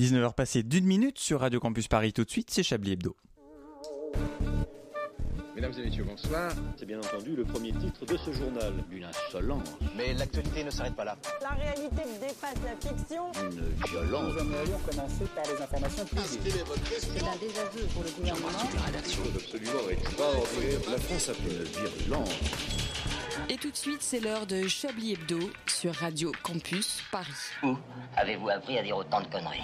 19h passées d'une minute sur Radio Campus Paris tout de suite, c'est Chablis Hebdo. Mesdames et messieurs, bonsoir. C'est bien entendu le premier titre de ce journal. Une insolence, Mais l'actualité ne s'arrête pas là. La réalité dépasse la fiction. une violence. aimerions commencer par les informations privées. C'est un désaveu pour le gouvernement. Et tout de suite, c'est l'heure de Chablis Hebdo sur Radio Campus Paris. Où avez-vous appris à dire autant de conneries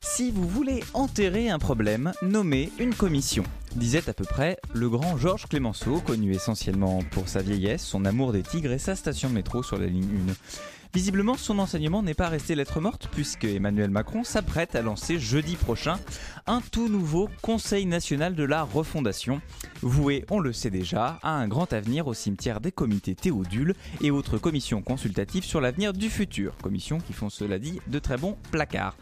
Si vous voulez enterrer un problème, nommez une commission. Disait à peu près le grand Georges Clémenceau, connu essentiellement pour sa vieillesse, son amour des tigres et sa station de métro sur la ligne 1. Visiblement, son enseignement n'est pas resté lettre morte puisque Emmanuel Macron s'apprête à lancer jeudi prochain un tout nouveau Conseil national de la refondation, voué, on le sait déjà, à un grand avenir au cimetière des comités Théodule et autres commissions consultatives sur l'avenir du futur, commissions qui font cela dit de très bons placards.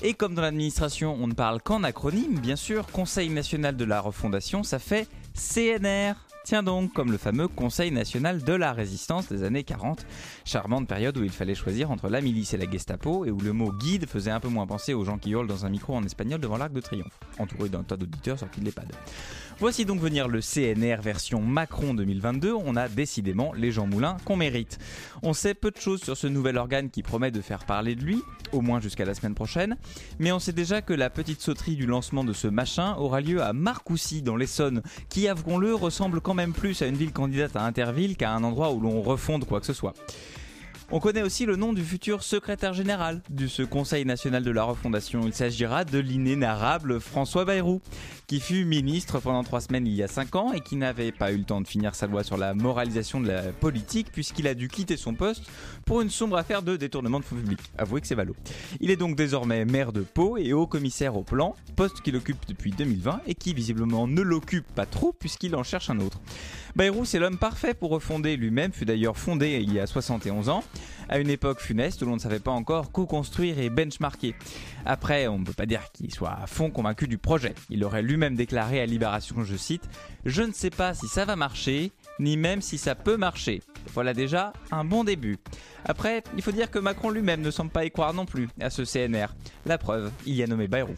Et comme dans l'administration, on ne parle qu'en acronyme, bien sûr, Conseil national de la refondation, ça fait CNR. Tiens donc, comme le fameux Conseil national de la résistance des années 40, charmante période où il fallait choisir entre la milice et la Gestapo et où le mot guide faisait un peu moins penser aux gens qui hurlent dans un micro en espagnol devant l'Arc de Triomphe, entouré d'un tas d'auditeurs sortis de l'EHPAD. Voici donc venir le CNR version Macron 2022. On a décidément les Jean Moulin qu'on mérite. On sait peu de choses sur ce nouvel organe qui promet de faire parler de lui, au moins jusqu'à la semaine prochaine. Mais on sait déjà que la petite sauterie du lancement de ce machin aura lieu à Marcoussis dans l'Essonne, qui, avouons-le, ressemble quand même plus à une ville candidate à Interville qu'à un endroit où l'on refonde quoi que ce soit. On connaît aussi le nom du futur secrétaire général de ce Conseil national de la refondation. Il s'agira de l'inénarrable François Bayrou, qui fut ministre pendant trois semaines il y a cinq ans et qui n'avait pas eu le temps de finir sa loi sur la moralisation de la politique puisqu'il a dû quitter son poste pour une sombre affaire de détournement de fonds publics. Avouez que c'est valo. Il est donc désormais maire de Pau et haut commissaire au plan, poste qu'il occupe depuis 2020 et qui visiblement ne l'occupe pas trop puisqu'il en cherche un autre. Bayrou, c'est l'homme parfait pour refonder lui-même, fut d'ailleurs fondé il y a 71 ans, à une époque funeste où l'on ne savait pas encore co-construire et benchmarker. Après, on ne peut pas dire qu'il soit à fond convaincu du projet. Il aurait lui-même déclaré à Libération, je cite, Je ne sais pas si ça va marcher, ni même si ça peut marcher. Voilà déjà un bon début. Après, il faut dire que Macron lui-même ne semble pas y croire non plus à ce CNR. La preuve, il y a nommé Bayrou.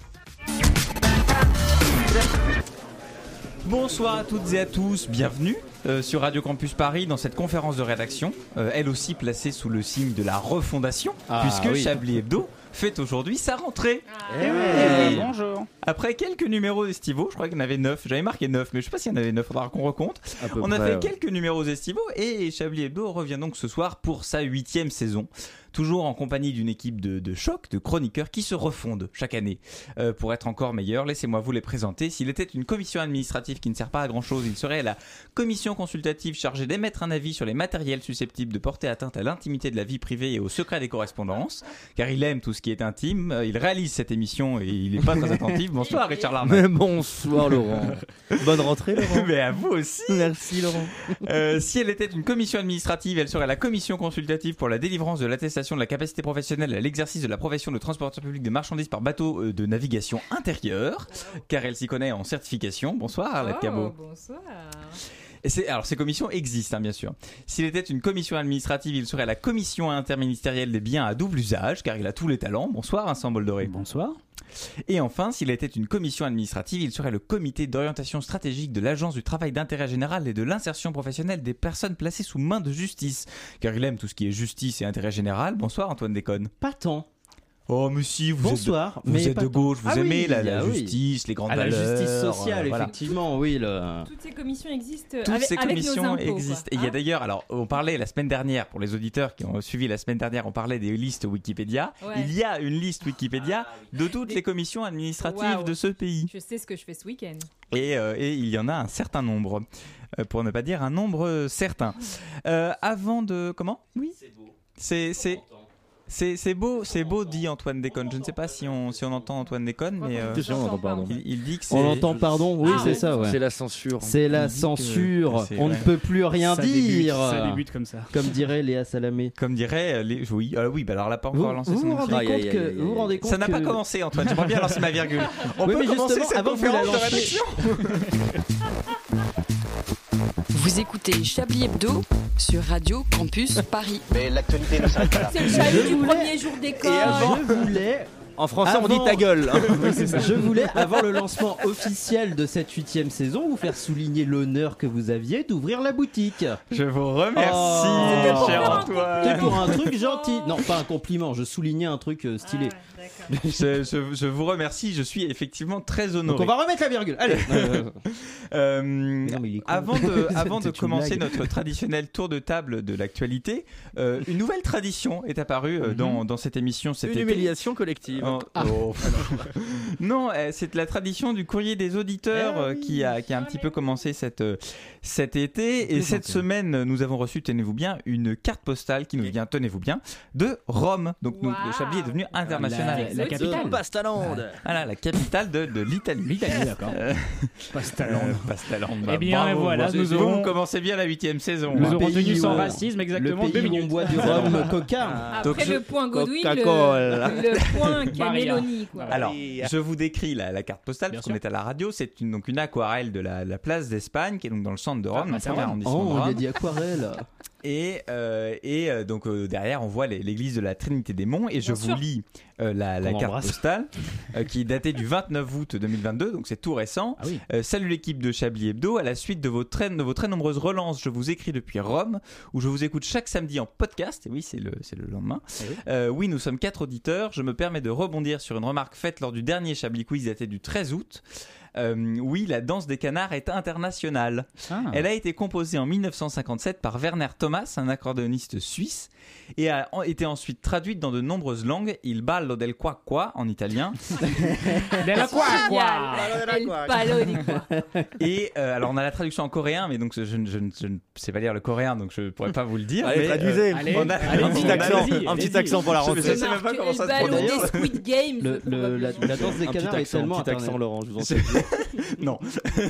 Bonsoir à toutes et à tous, bienvenue euh, sur Radio Campus Paris dans cette conférence de rédaction, euh, elle aussi placée sous le signe de la refondation, puisque Chablis Hebdo fête aujourd'hui sa rentrée. Eh bonjour. Après quelques numéros estivaux, je crois qu'il y en avait 9, j'avais marqué 9, mais je sais pas s'il y en avait 9, faudra qu'on recompte. On a fait quelques numéros estivaux et Chablis Hebdo revient donc ce soir pour sa huitième saison, toujours en compagnie d'une équipe de, de choc, de chroniqueurs qui se refondent chaque année. Euh, pour être encore meilleurs, laissez-moi vous les présenter. S'il était une commission administrative qui ne sert pas à grand-chose, il serait la commission consultative chargée d'émettre un avis sur les matériels susceptibles de porter atteinte à l'intimité de la vie privée et au secret des correspondances, car il aime tout ce qui est intime, euh, il réalise cette émission et il n'est pas très attentif. Bonsoir Richard Larman. Mais bonsoir Laurent. Bonne rentrée Laurent. Mais à vous aussi Merci Laurent. Euh, si elle était une commission administrative, elle serait la commission consultative pour la délivrance de l'attestation de la capacité professionnelle à l'exercice de la profession de transporteur public de marchandises par bateau euh, de navigation intérieure, car elle s'y connaît en certification. Bonsoir Oh. Arlette Cabot. Bonsoir. Et c'est- alors ces commissions existent hein, bien sûr. S'il était une commission administrative, il serait la commission interministérielle des biens à double usage, car il a tous les talents. Bonsoir Vincent Boldoré. Bonsoir. Et enfin, s'il était une commission administrative, il serait le comité d'orientation stratégique de l'Agence du travail d'intérêt général et de l'insertion professionnelle des personnes placées sous main de justice. Car il aime tout ce qui est justice et intérêt général. Bonsoir Antoine Déconne. Pas tant. Oh mais si, vous bonsoir. êtes de, mais vous êtes pas de tant. gauche, vous Ah aimez oui, la, la ah oui. justice, les grandes À la valeurs. justice euh, sociale, voilà. effectivement, oui. Le... Toutes ces commissions existent Toutes avec, ces avec commissions nos impôts, quoi. existent. Et il y a Hein d'ailleurs, alors, on parlait la semaine dernière, pour les auditeurs qui ont suivi la semaine dernière, on parlait des listes Wikipédia. Ouais. Ah Il y a une liste Wikipédia de toutes les commissions administratives Waouh. de ce pays. Je sais ce que je fais ce week-end. Et, euh, et il y en a un certain nombre, Euh, pour ne pas dire un nombre certain. Ah. Euh, avant de... Comment Oui C'est c'est- c'est- c'est beau, c'est beau, dit Antoine Déconne. Je ne sais pas si on, si on entend Antoine Déconne, mais euh, Attention, on entend, pardon. il, il dit que c'est... On l'entend, pardon. Oui, Ah, c'est ouais. ça, ouais. C'est la censure. C'est la Il dit que- censure. euh, c'est On ne vrai. peut plus rien dire. ça débute comme ça. Comme dirait Léa Salamé. Comme dirait... euh, les- Oui, euh, oui bah alors là, pas Vous encore lancé vous son vous émission. rendez Aïe, aïe, compte aïe, que- aïe, aïe. vous vous rendez compte Ça n'a pas que- commencé, Antoine. J'aimerais bien lancer ma virgule. On Oui, peut mais commencer justement, cette avant que vous la conférence de lanciez- rédaction Vous écoutez Chablis Hebdo sur Radio Campus Paris. Mais l'actualité ne s'arrête pas là. C'est le chalut Je du voulais- premier jour d'école. Je voulais En français, on dit Avant- ta gueule. hein. Je voulais, avant le lancement officiel de cette huitième saison, vous faire souligner l'honneur que vous aviez d'ouvrir la boutique. Je vous Oh. C'était remercie, cher pour faire un C'était Antoine. pour un truc gentil. Non, pas un compliment, je soulignais un truc euh, stylé. Ah, d'accord. Je, je- je vous remercie, je suis effectivement très Donc honoré. on va remettre la virgule. Allez. Euh, Non, mais il est con. Avant de, avant de C'était une commencer blague. notre traditionnel tour de table de l'actualité, euh, une nouvelle tradition est apparue Mhm. euh, dans, dans cette émission cet Une été. humiliation collective. Oh, Ah. oh, pff. non, euh, c'est la tradition du courrier des auditeurs Eh euh, qui, a, qui a un petit peu commencé cette, euh, cet été. Et cette semaine, euh, nous avons reçu, tenez-vous bien, une carte postale qui nous vient, tenez-vous bien, de Rome. Donc nous, le Waouh. Chablis est devenu international. La- la capitale. Pastalande. Voilà, la capitale de, de l'Italie. L'Italie, d'accord. Pas ce talent. Euh, Pastalande, bah, Eh bien, bravo, voilà, vous- nous vous aurons- commencez bien la huitième saison. Nous hein. aurons pays tenu où sans on- racisme exactement le deux pays où on minutes. boit du rhum coca. Après Donc, je- le point Godwin, le, Coca-Cola. le point Caméloni. quoi. Alors, je vous décris la, la carte postale, euh, Bien parce qu'on sûr. est à la radio. C'est une, donc une aquarelle de la, la place d'Espagne, qui est donc dans le centre de Ah, Rome, bah, dans le c'est premier Rome. arrondissement Oh, de on lui a Rome. dit aquarelle. Et, euh, et euh, donc euh, derrière, on voit les- l'église de la Trinité des Monts. Et je Bien vous sûr. lis euh, la, la Qu'on carte embrasse. postale, euh, qui est datée du 29 août 2022, donc c'est tout récent. Ah oui. Euh, salut l'équipe de Chablis Hebdo. À la suite de vos, très, de vos très nombreuses relances, je vous écris depuis Rome, où je vous écoute chaque samedi en podcast. Et oui, c'est le, c'est le lendemain. Eh oui. Euh, oui, nous sommes quatre auditeurs. Je me permets de rebondir sur une remarque faite lors du dernier Chablis Quiz daté du 13 août. Euh, oui, la danse des canards est internationale. Ah. Elle a été composée en 1957 par Werner Thomas, un accordéoniste suisse, et a en- été ensuite traduite dans de nombreuses langues. Il ballo del qua qua en italien. Della quoi, quoi Génial. El palo di quoi. Et euh, alors on a la traduction en coréen, mais donc je, ne- je ne- je ne sais pas lire le coréen, donc je pourrais pas vous le dire. Allez, mais, traduisez. euh, Allez, on a- allez, on a- un petit allez-y, accent, allez-y. un petit accent pour la Je me rentrée. sais même pas Marque comment ça El se palo prononce. des Squid Games. Le- le- la, la danse des Un petit canards est accent, tellement un petit accent, internet. Laurent, je vous en C'est- prie. Non.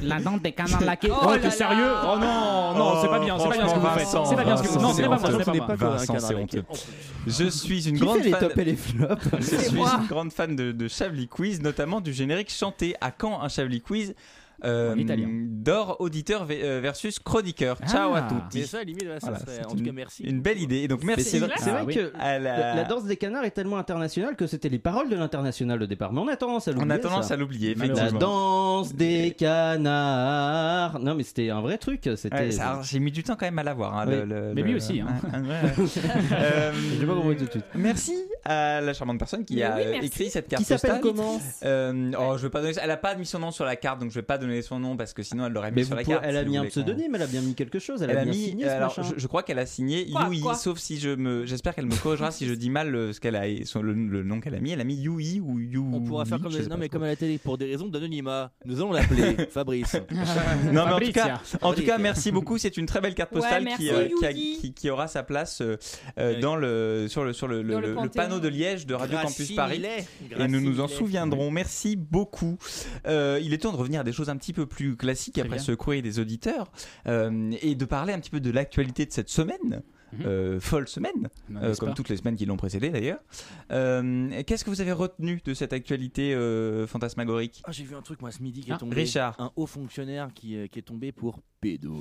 La dent des canards laqués. Oh Oh, là t'es là. sérieux Oh non, non, c'est pas bien, c'est pas bien ce que vous faites. Vincent, C'est pas bien ce que vous Vincent, Non, c'est pas moi, honteux. c'est pas moi. pas comme un Vincent, canard c'est laqué. honteux. Je suis une Qui fait grande les fan. tops et les flops Je suis moi. une grande fan de, de Chablis Quiz, notamment du générique chanté. À quand un Chablis Quiz euh, En italien. D'or auditeur ve- euh, versus chroniqueur. Ciao Ah. à tutti. Mais ça, limite, là, ça Voilà, serait- c'est En tout cas, merci. Une belle idée. Et donc merci. C'est vrai, classe. c'est vrai Ah oui. que à Euh, la- la, la danse des canards est tellement internationale que c'était les paroles de l'international au départ. Mais on a tendance à l'oublier. On a tendance ça. à l'oublier. La Effectivement. danse des canards. Non, mais c'était un vrai truc. C'était. Ouais, ça- J'ai mis du temps quand même à l'avoir. hein, Oui. le- le- Mais le- lui aussi, hein. Ouais, ouais, ouais. Euh, J'ai pas compris tout de suite. Merci à la charmante personne qui Mais a oui, merci. écrit cette carte Qui s'appelle postale. comment Euh, oh, je veux pas donner. Elle a pas mis son nom sur la carte, donc je vais pas donner son nom parce que sinon elle l'aurait mis Mais sur vous la pourrez- carte. elle a si mis vous un voulez qu'on- pseudonyme, elle a bien mis quelque chose, elle, Elle a a bien mis. euh, signé ce alors, machin. je, je crois qu'elle a signé Quoi, Yui, quoi sauf si je me. J'espère qu'elle me corrigera si je dis mal euh, ce qu'elle a, son- le, le nom qu'elle a mis. Elle a mis Yui ou Yui. On pourra faire comme, je sais non, pas mais trop. comme à la télé, pour des raisons d'anonymat, nous allons l'appeler Fabrice. Non, mais en tout cas, Fabrizia. en tout cas, merci beaucoup. C'est une très belle carte Ouais, postale qui, euh, merci, qui, a- Yui. qui- qui aura sa place euh, euh, dans le sur le sur le, le- Dans le le Panthéon. panneau de Liège de Radio Campus Paris. Et Et nous nous en souviendrons. Merci beaucoup. Euh, il est temps de revenir à des choses un petit peu plus classiques après bien. ce courrier des auditeurs euh, et de parler un petit peu de l'actualité de cette semaine, Mhm. euh, folle semaine, Non, euh, n'est-ce comme pas toutes les semaines qui l'ont précédée d'ailleurs. Euh, Qu'est-ce que vous avez retenu de cette actualité euh, fantasmagorique Ah, j'ai vu un truc moi ce midi qui est Ah, tombé. Richard. Un haut fonctionnaire qui, euh, qui est tombé pour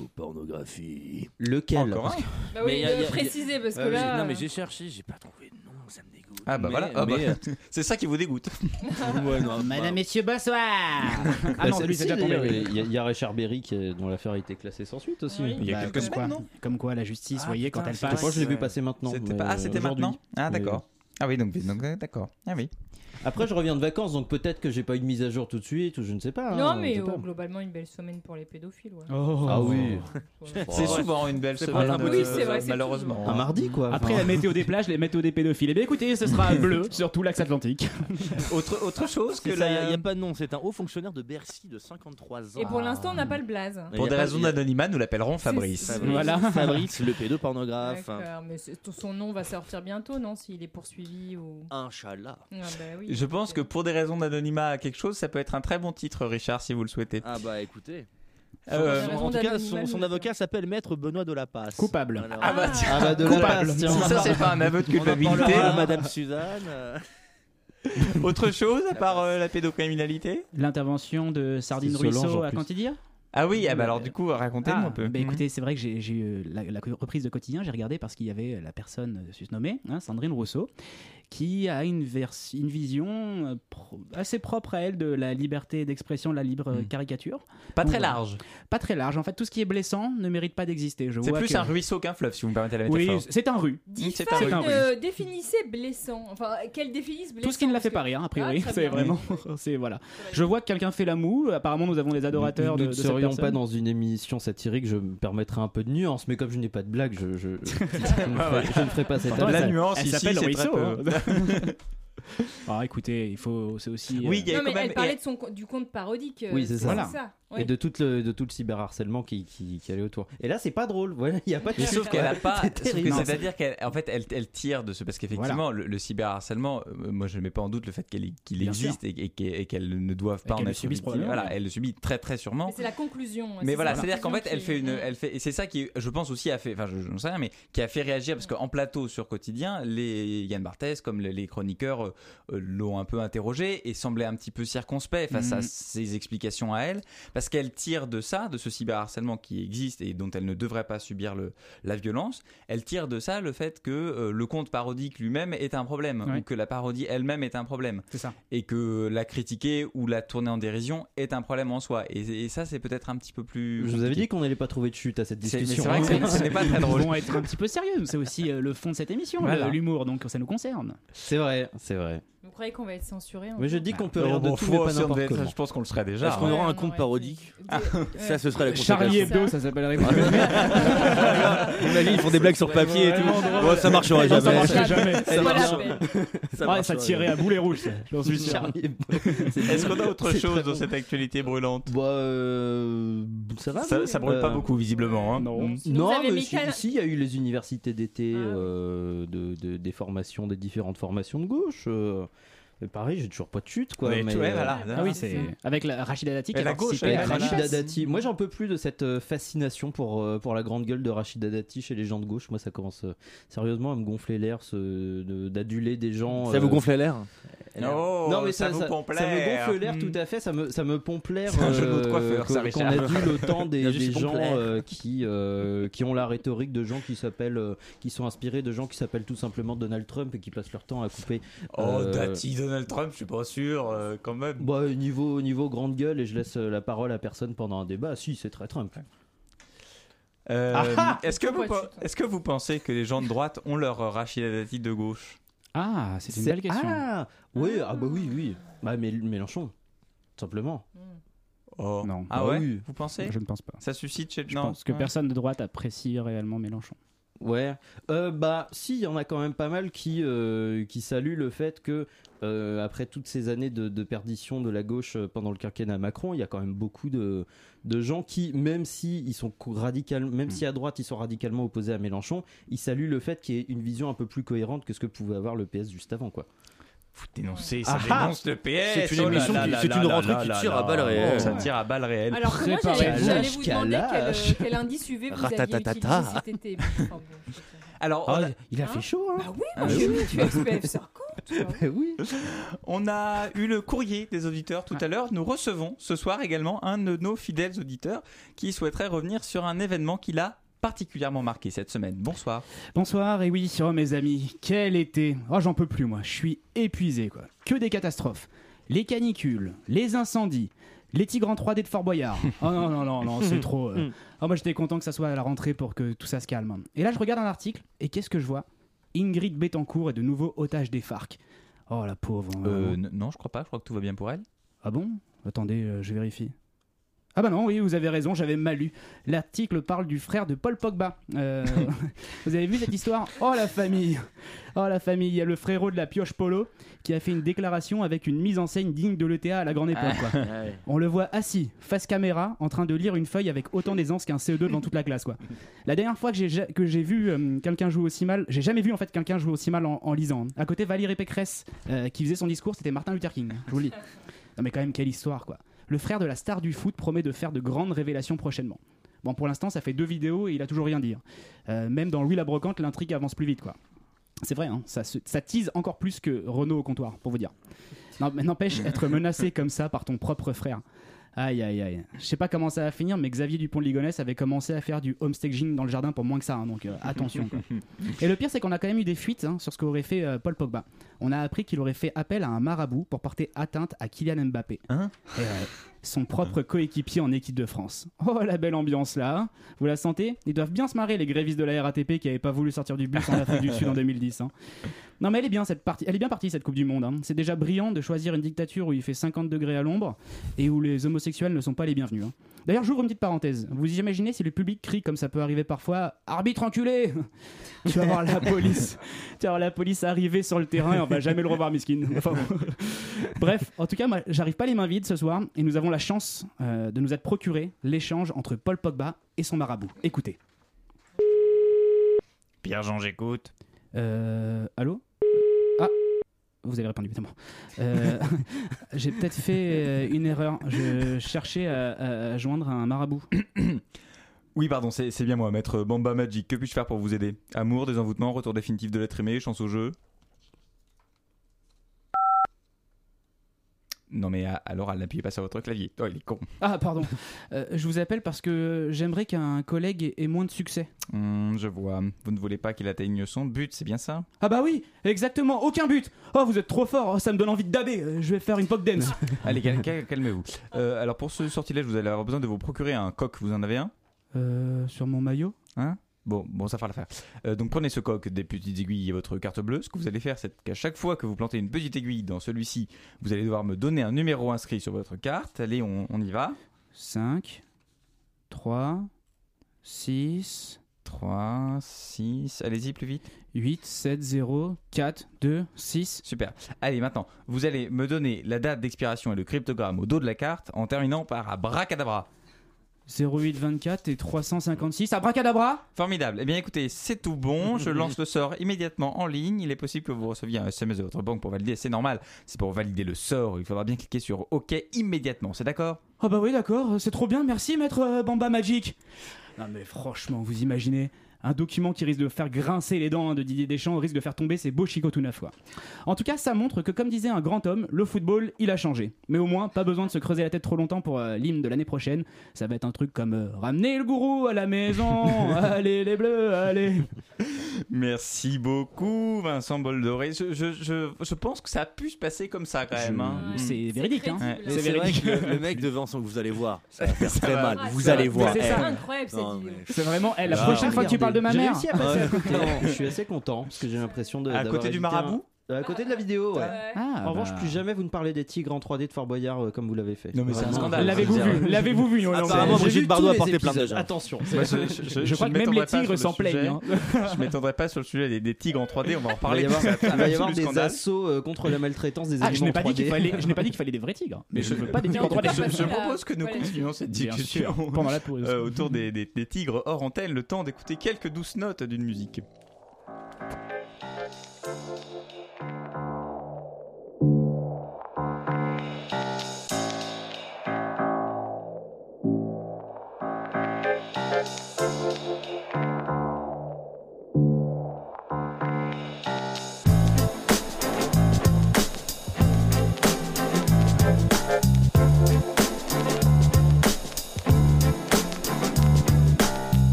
bah, pédopornographie. Lequel Encore un Bah Mais oui, y a- y a- de y a- préciser parce que Euh, j'ai- là. non mais j'ai cherché, j'ai pas trouvé de nom, ça me dégoûte. Ah bah Mais- voilà, Ah bah, mais, c'est ça qui vous dégoûte. euh, ouais, non, bah, messieurs, bonsoir Ah Bah, non, ça- lui, c'est si, déjà tombé. d'ailleurs, oui. Il y, a- il y a Richard Berry qui est- dont l'affaire a été classée sans suite aussi. Oui. Il y a Bah, quelques comme semaines, quoi- non Comme quoi, la justice, Ah, vous voyez, putain, quand elle c'est passe. vrai. Moi, je l'ai vu Ouais. passer maintenant. C'était mais, pas- Ah, euh, c'était aujourd'hui. maintenant Ah Mais- d'accord. Ah oui, donc donc, d'accord. Ah oui. Après, je reviens de vacances, donc peut-être que j'ai pas eu de mise à jour tout de suite, ou je ne sais pas. hein, Non, on mais sait pas. oh, globalement, une belle semaine pour les pédophiles. ouais. Oh. Ah oui. Voilà. C'est souvent une belle C'est semaine, pas la euh, Oui, c'est vrai, c'est malheureusement. Un mardi, quoi. Après Enfin, la météo des plages, les météos des pédophiles. Eh bien écoutez, ce sera bleu sur tout l'axe atlantique. Autre, autre chose que c'est ça, y a- la... y a pas de nom, c'est un haut fonctionnaire de Bercy de 53 ans. Et pour l'instant, on n'a pas le blaze. Mais y Pour a des pas- raisons y a- d'anonymat, nous l'appellerons Fabrice. C'est- Voilà. Fabrice le pédopornographe. D'accord, mais c'est- tout son nom va sortir bientôt, non S'il est poursuivi ou. Inch'Allah. Ah, bah oui. Je pense que pour des raisons d'anonymat à quelque chose, ça peut être un très bon titre, Richard, si vous le souhaitez. Ah bah écoutez. Euh, Son- raison en tout cas, son, d'anonymat, son nous- avocat s'appelle Maître Benoît de la Passe. Coupable. Voilà. Ah bah tiens, Ah bah, de la coupable. passe, Si tiens. ça, c'est pas un aveu de On en culpabilité. parlera à Madame Suzanne. euh. Autre chose, à part euh, la pédocriminalité L'intervention de Sardine C'est Solange, Ruisseau en à plus. Cantillère Ah oui, ah bah alors du coup, racontez-moi Ah, un peu. bah écoutez, c'est vrai que j'ai j'ai euh, eu la, la reprise de quotidien, j'ai regardé parce qu'il y avait la personne euh, susnommée, hein, Sandrine Rousseau, qui a une, vers- une vision euh, pro- assez propre à elle de la liberté d'expression, de la libre euh, Mm. caricature. Pas très Ouais. large. Pas très large. En fait, tout ce qui est blessant ne mérite pas d'exister. Je C'est vois plus que- un ruisseau qu'un fleuve, si vous me permettez la Oui, métaphore. c'est un rue. C'est un Fun, ruisseau. euh, définissez blessant. Enfin, qu'elle définisse blessant. Tout ce qui ne la fait pas parce que- rire, a priori. Ah, très c'est bien. vraiment. C'est voilà. Je vois que quelqu'un fait la moue. Apparemment, nous avons des adorateurs nous, de, ne de cette serions pas personne. dans une émission satirique, je me permettrai un peu de nuance, mais comme je n'ai pas de blague, je, je, je, ne, Ah ouais. ferai, je ne ferai pas cette Pourtant, La elle- attaque. nuance elle ici, s'appelle c'est très Ruisseau, peu. hein. Ah, écoutez, il faut. C'est aussi. euh, Oui, il y a Non, quand mais même. elle parlait de son, co- du conte parodique. euh, Oui, c'est ça. Voilà. oui. Et de tout le, de tout le cyberharcèlement qui, qui, qui allait autour. Et là, c'est pas drôle, voilà, il n'y a pas de Mais sauf qu'elle a pas. C'est sauf terrible. que Non, C'est-à-dire qu'elle, en fait, elle, elle tire de ce parce qu'effectivement, le, le cyberharcèlement, euh, moi, je ne mets pas en doute le fait qu'elle qu'il Bien existe et, et qu'elle- et qu'elle ne doive Et pas en qu'elle le être subisse victime. probablement, Voilà, oui. elle le subit très très sûrement. Mais c'est la conclusion. Mais c'est voilà, la c'est-à-dire qu'en fait, conclusion elle fait une, qui- elle fait, et c'est ça qui, je pense aussi a fait, enfin, je, je n'en sais rien, mais qui a fait réagir parce qu'en plateau sur quotidien, les Yann Barthès, comme les, les chroniqueurs, euh, euh, l'ont un peu interrogé et semblait un petit peu circonspect face à Mhm. ses explications à elle, parce qu'elle tire de ça, de ce cyberharcèlement qui existe et dont elle ne devrait pas subir le, la violence, elle tire de ça le fait que euh, le conte parodique lui-même est un problème Ouais. ou que la parodie elle-même est un problème C'est ça. et que la critiquer ou la tourner en dérision est un problème en soi. Et, et ça, c'est peut-être un petit peu plus. Je vous avais compliqué. dit qu'on n'allait pas trouver de chute à cette C'est- mais discussion. c'est vrai que hein. c'est- ce n'est pas très drôle. Ils vont être un petit peu sérieux. C'est aussi euh, le fond de cette émission, Voilà. le- l'humour. Donc, ça nous concerne. C'est vrai, c'est vrai. Vous croyez qu'on va être censuré hein, en Mais je fait dis qu'on peut Bon, rire de Bah, bon, tout, faut- mais pas si on devait n'importe être- comment. je pense qu'on le serait déjà. Est-ce hein. qu'on aura Ouais, un on compte aurait parodique été- Écoutez, Ça, ce serait la Charlie Hebdo, Hebdo, ça. ça s'appellerait. Imagine, ils font des blagues sur papier et tout. Bon, ça marchera Non, ça jamais. marcherait jamais. C'est pas la peine. Ouais, ça tirait à boulet rouge. ça. J'en suis sûr. Charlie Hebdo. C'est- Est-ce qu'on a autre c'est chose très dans bon. cette actualité brûlante Bah, euh, ça va ça, vous ça brûle pas Euh, beaucoup, visiblement. hein. Non. Sinon, vous non, avez mais mis si, quel- si, il y a eu les universités d'été, Ah, oui. euh, de, de- des formations, des différentes formations de gauche. euh, mais pareil, j'ai toujours pas de chute, quoi. euh, Mais tu- ouais, voilà. Ah oui, c'est avec la Rachida Dati qui Et a la gauche, participé elle, à elle la Rachida Rachida manif. Dati. Moi, j'en peux plus de cette euh, fascination pour, euh, pour la grande gueule de Rachida Dati chez les gens de gauche. Moi, ça commence euh, sérieusement à me gonfler l'air ce- de- d'aduler des gens. Ça vous euh, gonflait l'air Oh, non mais ça, ça, vous pompe ça me l'air. gonfle l'air Mm. tout à fait, ça me, ça me pompe l'air C'est un jeu de mots de euh, coiffeur, qu'on- ça, qu'on Richard. adule le temps des, Il y a des juste pompe gens l'air. euh, qui, euh, qui ont la rhétorique de gens qui s'appellent, euh, qui sont inspirés de gens qui s'appellent tout simplement Donald Trump et qui passent leur temps à couper. Oh, euh, Dati, Donald Trump, je suis pas sûr, euh, quand même. Bah, niveau, niveau grande gueule et je laisse euh, la parole à personne pendant un débat. Si, c'est très Trump. Euh, Ah, ah Est-ce que, vous Pourquoi pe- tu- est-ce que vous pensez que les gens de droite ont leur euh, Rachida Dati de gauche Ah, c'est une belle question. Ah, oui, ah bah oui, oui. Bah, mais Mélenchon, tout simplement. oh. Non. Ah Bah ouais oui. Vous pensez Je ne pense pas. Ça suscite chez... Je non. Ah. pense que Ouais. personne de droite apprécie réellement Mélenchon. Ouais. Euh, bah, si, il y en a quand même pas mal qui, euh, qui saluent le fait que, euh, après toutes ces années de, de perdition de la gauche euh, pendant le quinquennat Macron, il y a quand même beaucoup de, de gens qui, même si ils sont co- radical, même Hmm. si à droite ils sont radicalement opposés à Mélenchon, ils saluent le fait qu'il y ait une vision un peu plus cohérente que ce que pouvait avoir le PS juste avant, quoi. Vous dénoncez, ça Ah ah dénonce le PS. C'est une oh là émission là qui- là c'est là une là rentrée là qui là tire là. à balles Oh, réelles. Ça tire à balles réelles. Alors que moi, Préparez j'allais la j'allais vous demander quel, euh, lâche. quel indice UV vous aviez utilisé Ratatatata. cet été. Enfin, bon, je- Alors, Oh, on a- Ah, il a fait fait chaud, hein bah oui, moi, j'ai mis du SPF 50. tu vois. Ah oui. On a eu le courrier des auditeurs tout à l'heure. Nous recevons ce soir également un de nos fidèles auditeurs qui souhaiterait revenir sur un événement qu'il a particulièrement marqué cette semaine. Bonsoir. Bonsoir, et oui, oh, mes amis, quel été Oh, j'en peux plus, moi, je suis épuisé, quoi. Que des catastrophes. Les canicules, les incendies, les tigres en 3D de Fort Boyard. Oh non, non, non, non, c'est trop. euh. Oh, moi, j'étais content que ça soit à la rentrée pour que tout ça se calme. Et là, je regarde un article, et qu'est-ce que je vois Ingrid Betancourt est de nouveau otage des FARC. Oh, la pauvre. hein, vraiment. Euh, non, je crois pas. Je crois que tout va bien pour elle. Ah bon Attendez, euh, je vérifie. Ah bah non, oui, vous avez raison, j'avais mal lu. L'article parle du frère de Paul Pogba. Euh, vous avez vu cette histoire Oh la famille Oh la famille, il y a le frérot de la pioche Polo qui a fait une déclaration avec une mise en scène digne de l'ETA à la grande époque. quoi. On le voit assis, face caméra, en train de lire une feuille avec autant d'aisance qu'un CE2 devant toute la classe. Quoi. La dernière fois que j'ai, ja- que j'ai vu euh, quelqu'un jouer aussi mal, j'ai jamais vu en fait quelqu'un jouer aussi mal en, en lisant. À côté, Valérie Pécresse, euh, qui faisait son discours, c'était Martin Luther King, je vous le dis. Non mais quand même, quelle histoire quoi. Le frère de la star du foot promet de faire de grandes révélations prochainement. Bon, pour l'instant, ça fait deux vidéos et il a toujours rien dit. hein. Euh, même dans Louis la Brocante, l'intrigue avance plus vite quoi. C'est vrai, hein, ça, se- ça tease encore plus que Renault au comptoir, pour vous dire. Non, mais n'empêche, être menacé comme ça par ton propre frère. Aïe, aïe, aïe. Je sais pas comment ça va finir, mais Xavier Dupont de Ligonnès avait commencé à faire du homestaging dans le jardin pour moins que ça, hein, donc euh, attention. quoi. Et le pire, c'est qu'on a quand même eu des fuites hein, sur ce qu'aurait fait euh, Paul Pogba. On a appris qu'il aurait fait appel à un marabout pour porter atteinte à Kylian Mbappé. Hein Et ouais, son propre coéquipier en équipe de France. Oh, la belle ambiance là. hein. Vous la sentez Ils doivent bien se marrer, les grévistes de la RATP qui n'avaient pas voulu sortir du bus en Afrique du Sud en 2010. hein. Non, mais elle est bien cette partie. Elle est bien partie cette Coupe du Monde. hein. C'est déjà brillant de choisir une dictature où il fait 50 degrés à l'ombre et où les homosexuels ne sont pas les bienvenus. hein. D'ailleurs, j'ouvre une petite parenthèse. Vous imaginez si le public crie comme ça peut arriver parfois Arbitre enculé Tu vas voir la police. tu vas voir la police arriver sur le terrain et on va jamais le revoir, miskin. Enfin, bon. Bref, en tout cas, moi, j'arrive pas les mains vides ce soir et nous avons la chance euh, de nous être procuré l'échange entre Paul Pogba et son marabout. Écoutez. Pierre-Jean, j'écoute. Euh, allô Ah vous avez répondu, c'est bon. Euh, J'ai peut-être fait euh, une erreur. Je cherchais à- à- à joindre un marabout. Oui, pardon, c'est c'est bien moi, maître Bamba Magic. Que puis-je faire pour vous aider Amour, désenvoûtement, retour définitif de l'être aimé, chance au jeu Non mais ah, alors elle n'appuyez pas sur votre clavier. Oh, il est con. Ah, pardon. Euh, je vous appelle parce que j'aimerais qu'un collègue ait- ait moins de succès. Hmm, je vois. Vous ne voulez pas qu'il atteigne son but, c'est bien ça Ah bah oui, exactement, aucun but. Oh, vous êtes trop fort, Oh, ça me donne envie de daber. Euh, Je vais faire une pop dance. Allez, cal- cal- calmez-vous. Euh, alors pour ce sortilège, vous allez avoir besoin de vous procurer un coq. Vous en avez un euh, sur mon maillot Bon, bon, ça fera l'affaire. Euh, donc prenez ce coq, des petites aiguilles et votre carte bleue. Ce que vous allez faire, c'est qu'à chaque fois que vous plantez une petite aiguille dans celui-ci, vous allez devoir me donner un numéro inscrit sur votre carte. Allez, on, on y va. 5, 3, 6, 3, 6, allez-y plus vite. 8, 7, 0, 4, 2, 6. Super. Allez, maintenant, vous allez me donner la date d'expiration et le cryptogramme au dos de la carte en terminant par abracadabra. 08, 24 et 356. Abracadabra Formidable. Eh bien, écoutez, c'est tout bon. Je lance le sort immédiatement en ligne. Il est possible que vous receviez un SMS de votre banque pour valider. C'est normal. C'est pour valider le sort. Il faudra bien cliquer sur OK immédiatement. C'est d'accord Ah bah oui, d'accord, c'est trop bien, merci maître euh, Bamba Magic. Non mais franchement, vous imaginez un document qui risque de faire grincer les dents hein, de Didier Deschamps risque de faire tomber ses beaux chicots tout neuf fois. En tout cas, ça montre que comme disait un grand homme, le football, il a changé. Mais au moins, pas besoin de se creuser la tête trop longtemps pour euh, l'hymne de l'année prochaine. Ça va être un truc comme euh, ramener le gourou à la maison, allez les bleus, allez. Merci beaucoup, Vincent Boldoré. Je, je, je, je pense que ça a pu se passer comme ça quand même. hein. Ouais. C'est véridique hein. crédible, Ouais. hein. Mais c'est vrai que le, le mec devant son que vous allez voir, ça va faire très va. mal. Vous ça allez va. voir. Ah, C'est Eh, incroyable cette non, vidéo. mais- C'est vraiment eh, la Ah, prochaine fois que tu regardez, parles de ma j'ai mère. réussi à passer à côté. Je suis assez content parce que j'ai l'impression de. À d'avoir côté du hein. évité un- marabout À côté de la vidéo, ouais. Ouais. Ah, en bah. revanche, plus jamais vous ne parlez des tigres en 3D de Fort Boyard euh, comme vous l'avez fait. Non, mais c'est un Vraiment. scandale. L'avez-vous Je veux dire, vu L'avez-vous vu Yolande Apparemment, J'ai Brigitte vu Bardot a tous porté les plainte. épisodes. Attention. Moi, je, je- je- Je crois ne que même m'étendrai pas les sur tigres le s'en sujet. plaignent. hein. Je m'étendrai pas sur le sujet des, des tigres en 3D. On va en Il va reparler. y avoir, parce que c'est il va y un avoir absolu des scandale. assauts euh, contre la maltraitance des Ah, je animaux n'ai en pas dit 3D. qu'il fallait, je n'ai pas dit qu'il fallait des vrais tigres. Mais je ne veux pas des Mais tigres en on pourrait 3D. pas Je faire propose que nous Voilà. continuions cette Bien sûr, discussion pendant la pause. euh, autour des, des- des tigres hors antenne, le temps d'écouter quelques douces notes d'une musique.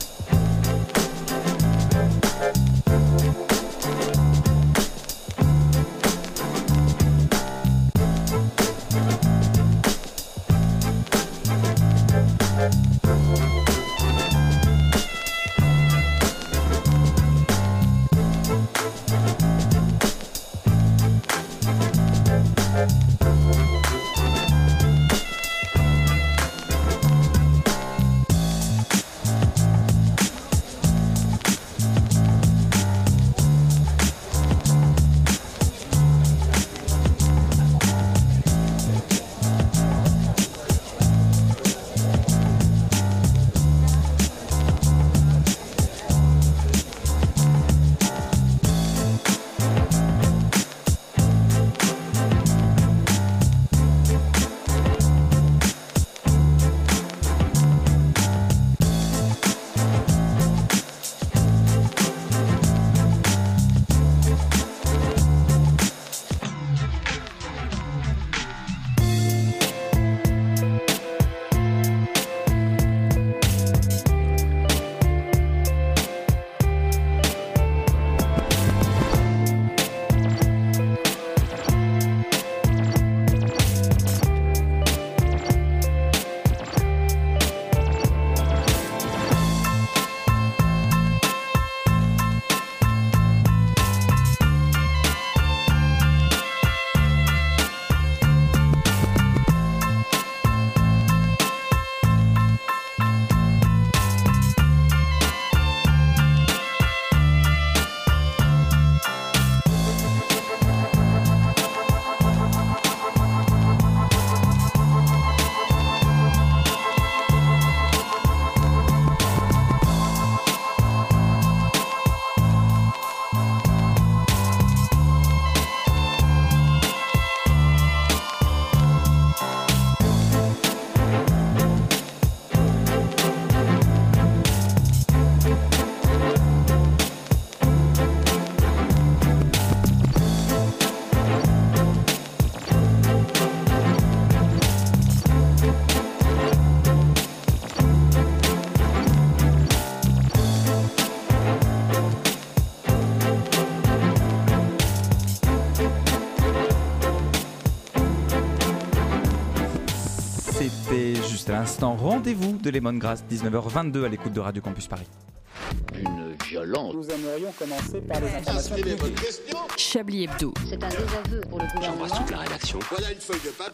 Voilà. juste à l'instant rendez-vous de Lemongrass, 19h22 à l'écoute de Radio Campus Paris. Une violence. Nous aimerions commencer par les informations publiques. Chablis Hebdo. C'est un désaveu pour le gouvernement.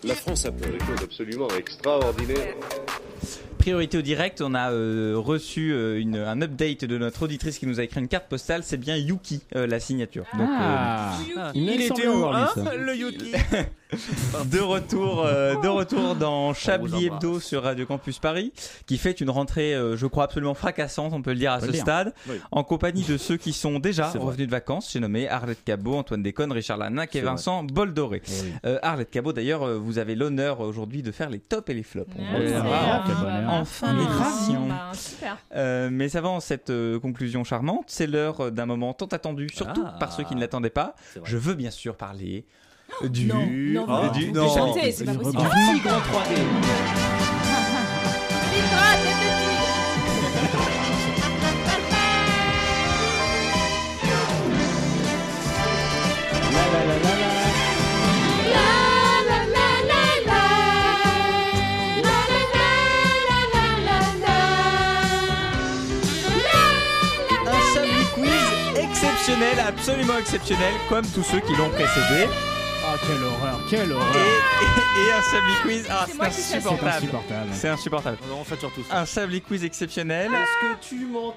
La France a fait des choses absolument extraordinaires. Priorité au direct, on a euh, reçu euh, une- un update de notre auditrice qui nous a écrit une carte postale, c'est bien Yuki euh, la signature. Ah, Donc, Il était où, euh, de retour, euh, de retour dans Chablis embrasse. Hebdo sur Radio Campus Paris, qui fait une rentrée, euh, je crois, absolument fracassante, on peut le dire à peut ce le dire. stade, Oui. en compagnie de ceux qui sont déjà C'est vrai. revenus de vacances, j'ai nommé Arlette Cabot, Antoine Déconne, Richard Lanac et C'est vrai. Vincent Boldoré. Euh, Arlette Cabot, d'ailleurs, euh, vous avez l'honneur aujourd'hui de faire les tops et les flops. On va Ouais, le c'est savoir. un- quel bonheur. Enfin, un- l'émission. bah, Super. Euh, mais avant cette euh, conclusion charmante, c'est l'heure euh, d'un moment tant attendu, surtout Ah. par ceux qui ne l'attendaient pas. C'est vrai. Je veux bien sûr parler du. Oh, Non, non, vous euh, du- vous non. chantez, c'est pas Du- possible. du- Ah, grand 3D. Un Chablis quiz exceptionnel, absolument exceptionnel, comme tous ceux qui l'ont précédé. Ah, quelle horreur, quelle Et, horreur. et- et un Chablis quiz. Ah, C'est c'est moi qui suis C'est insupportable. insupportable. C'est insupportable. On fait surtout ça. Un Chablis quiz exceptionnel. que tu m'entends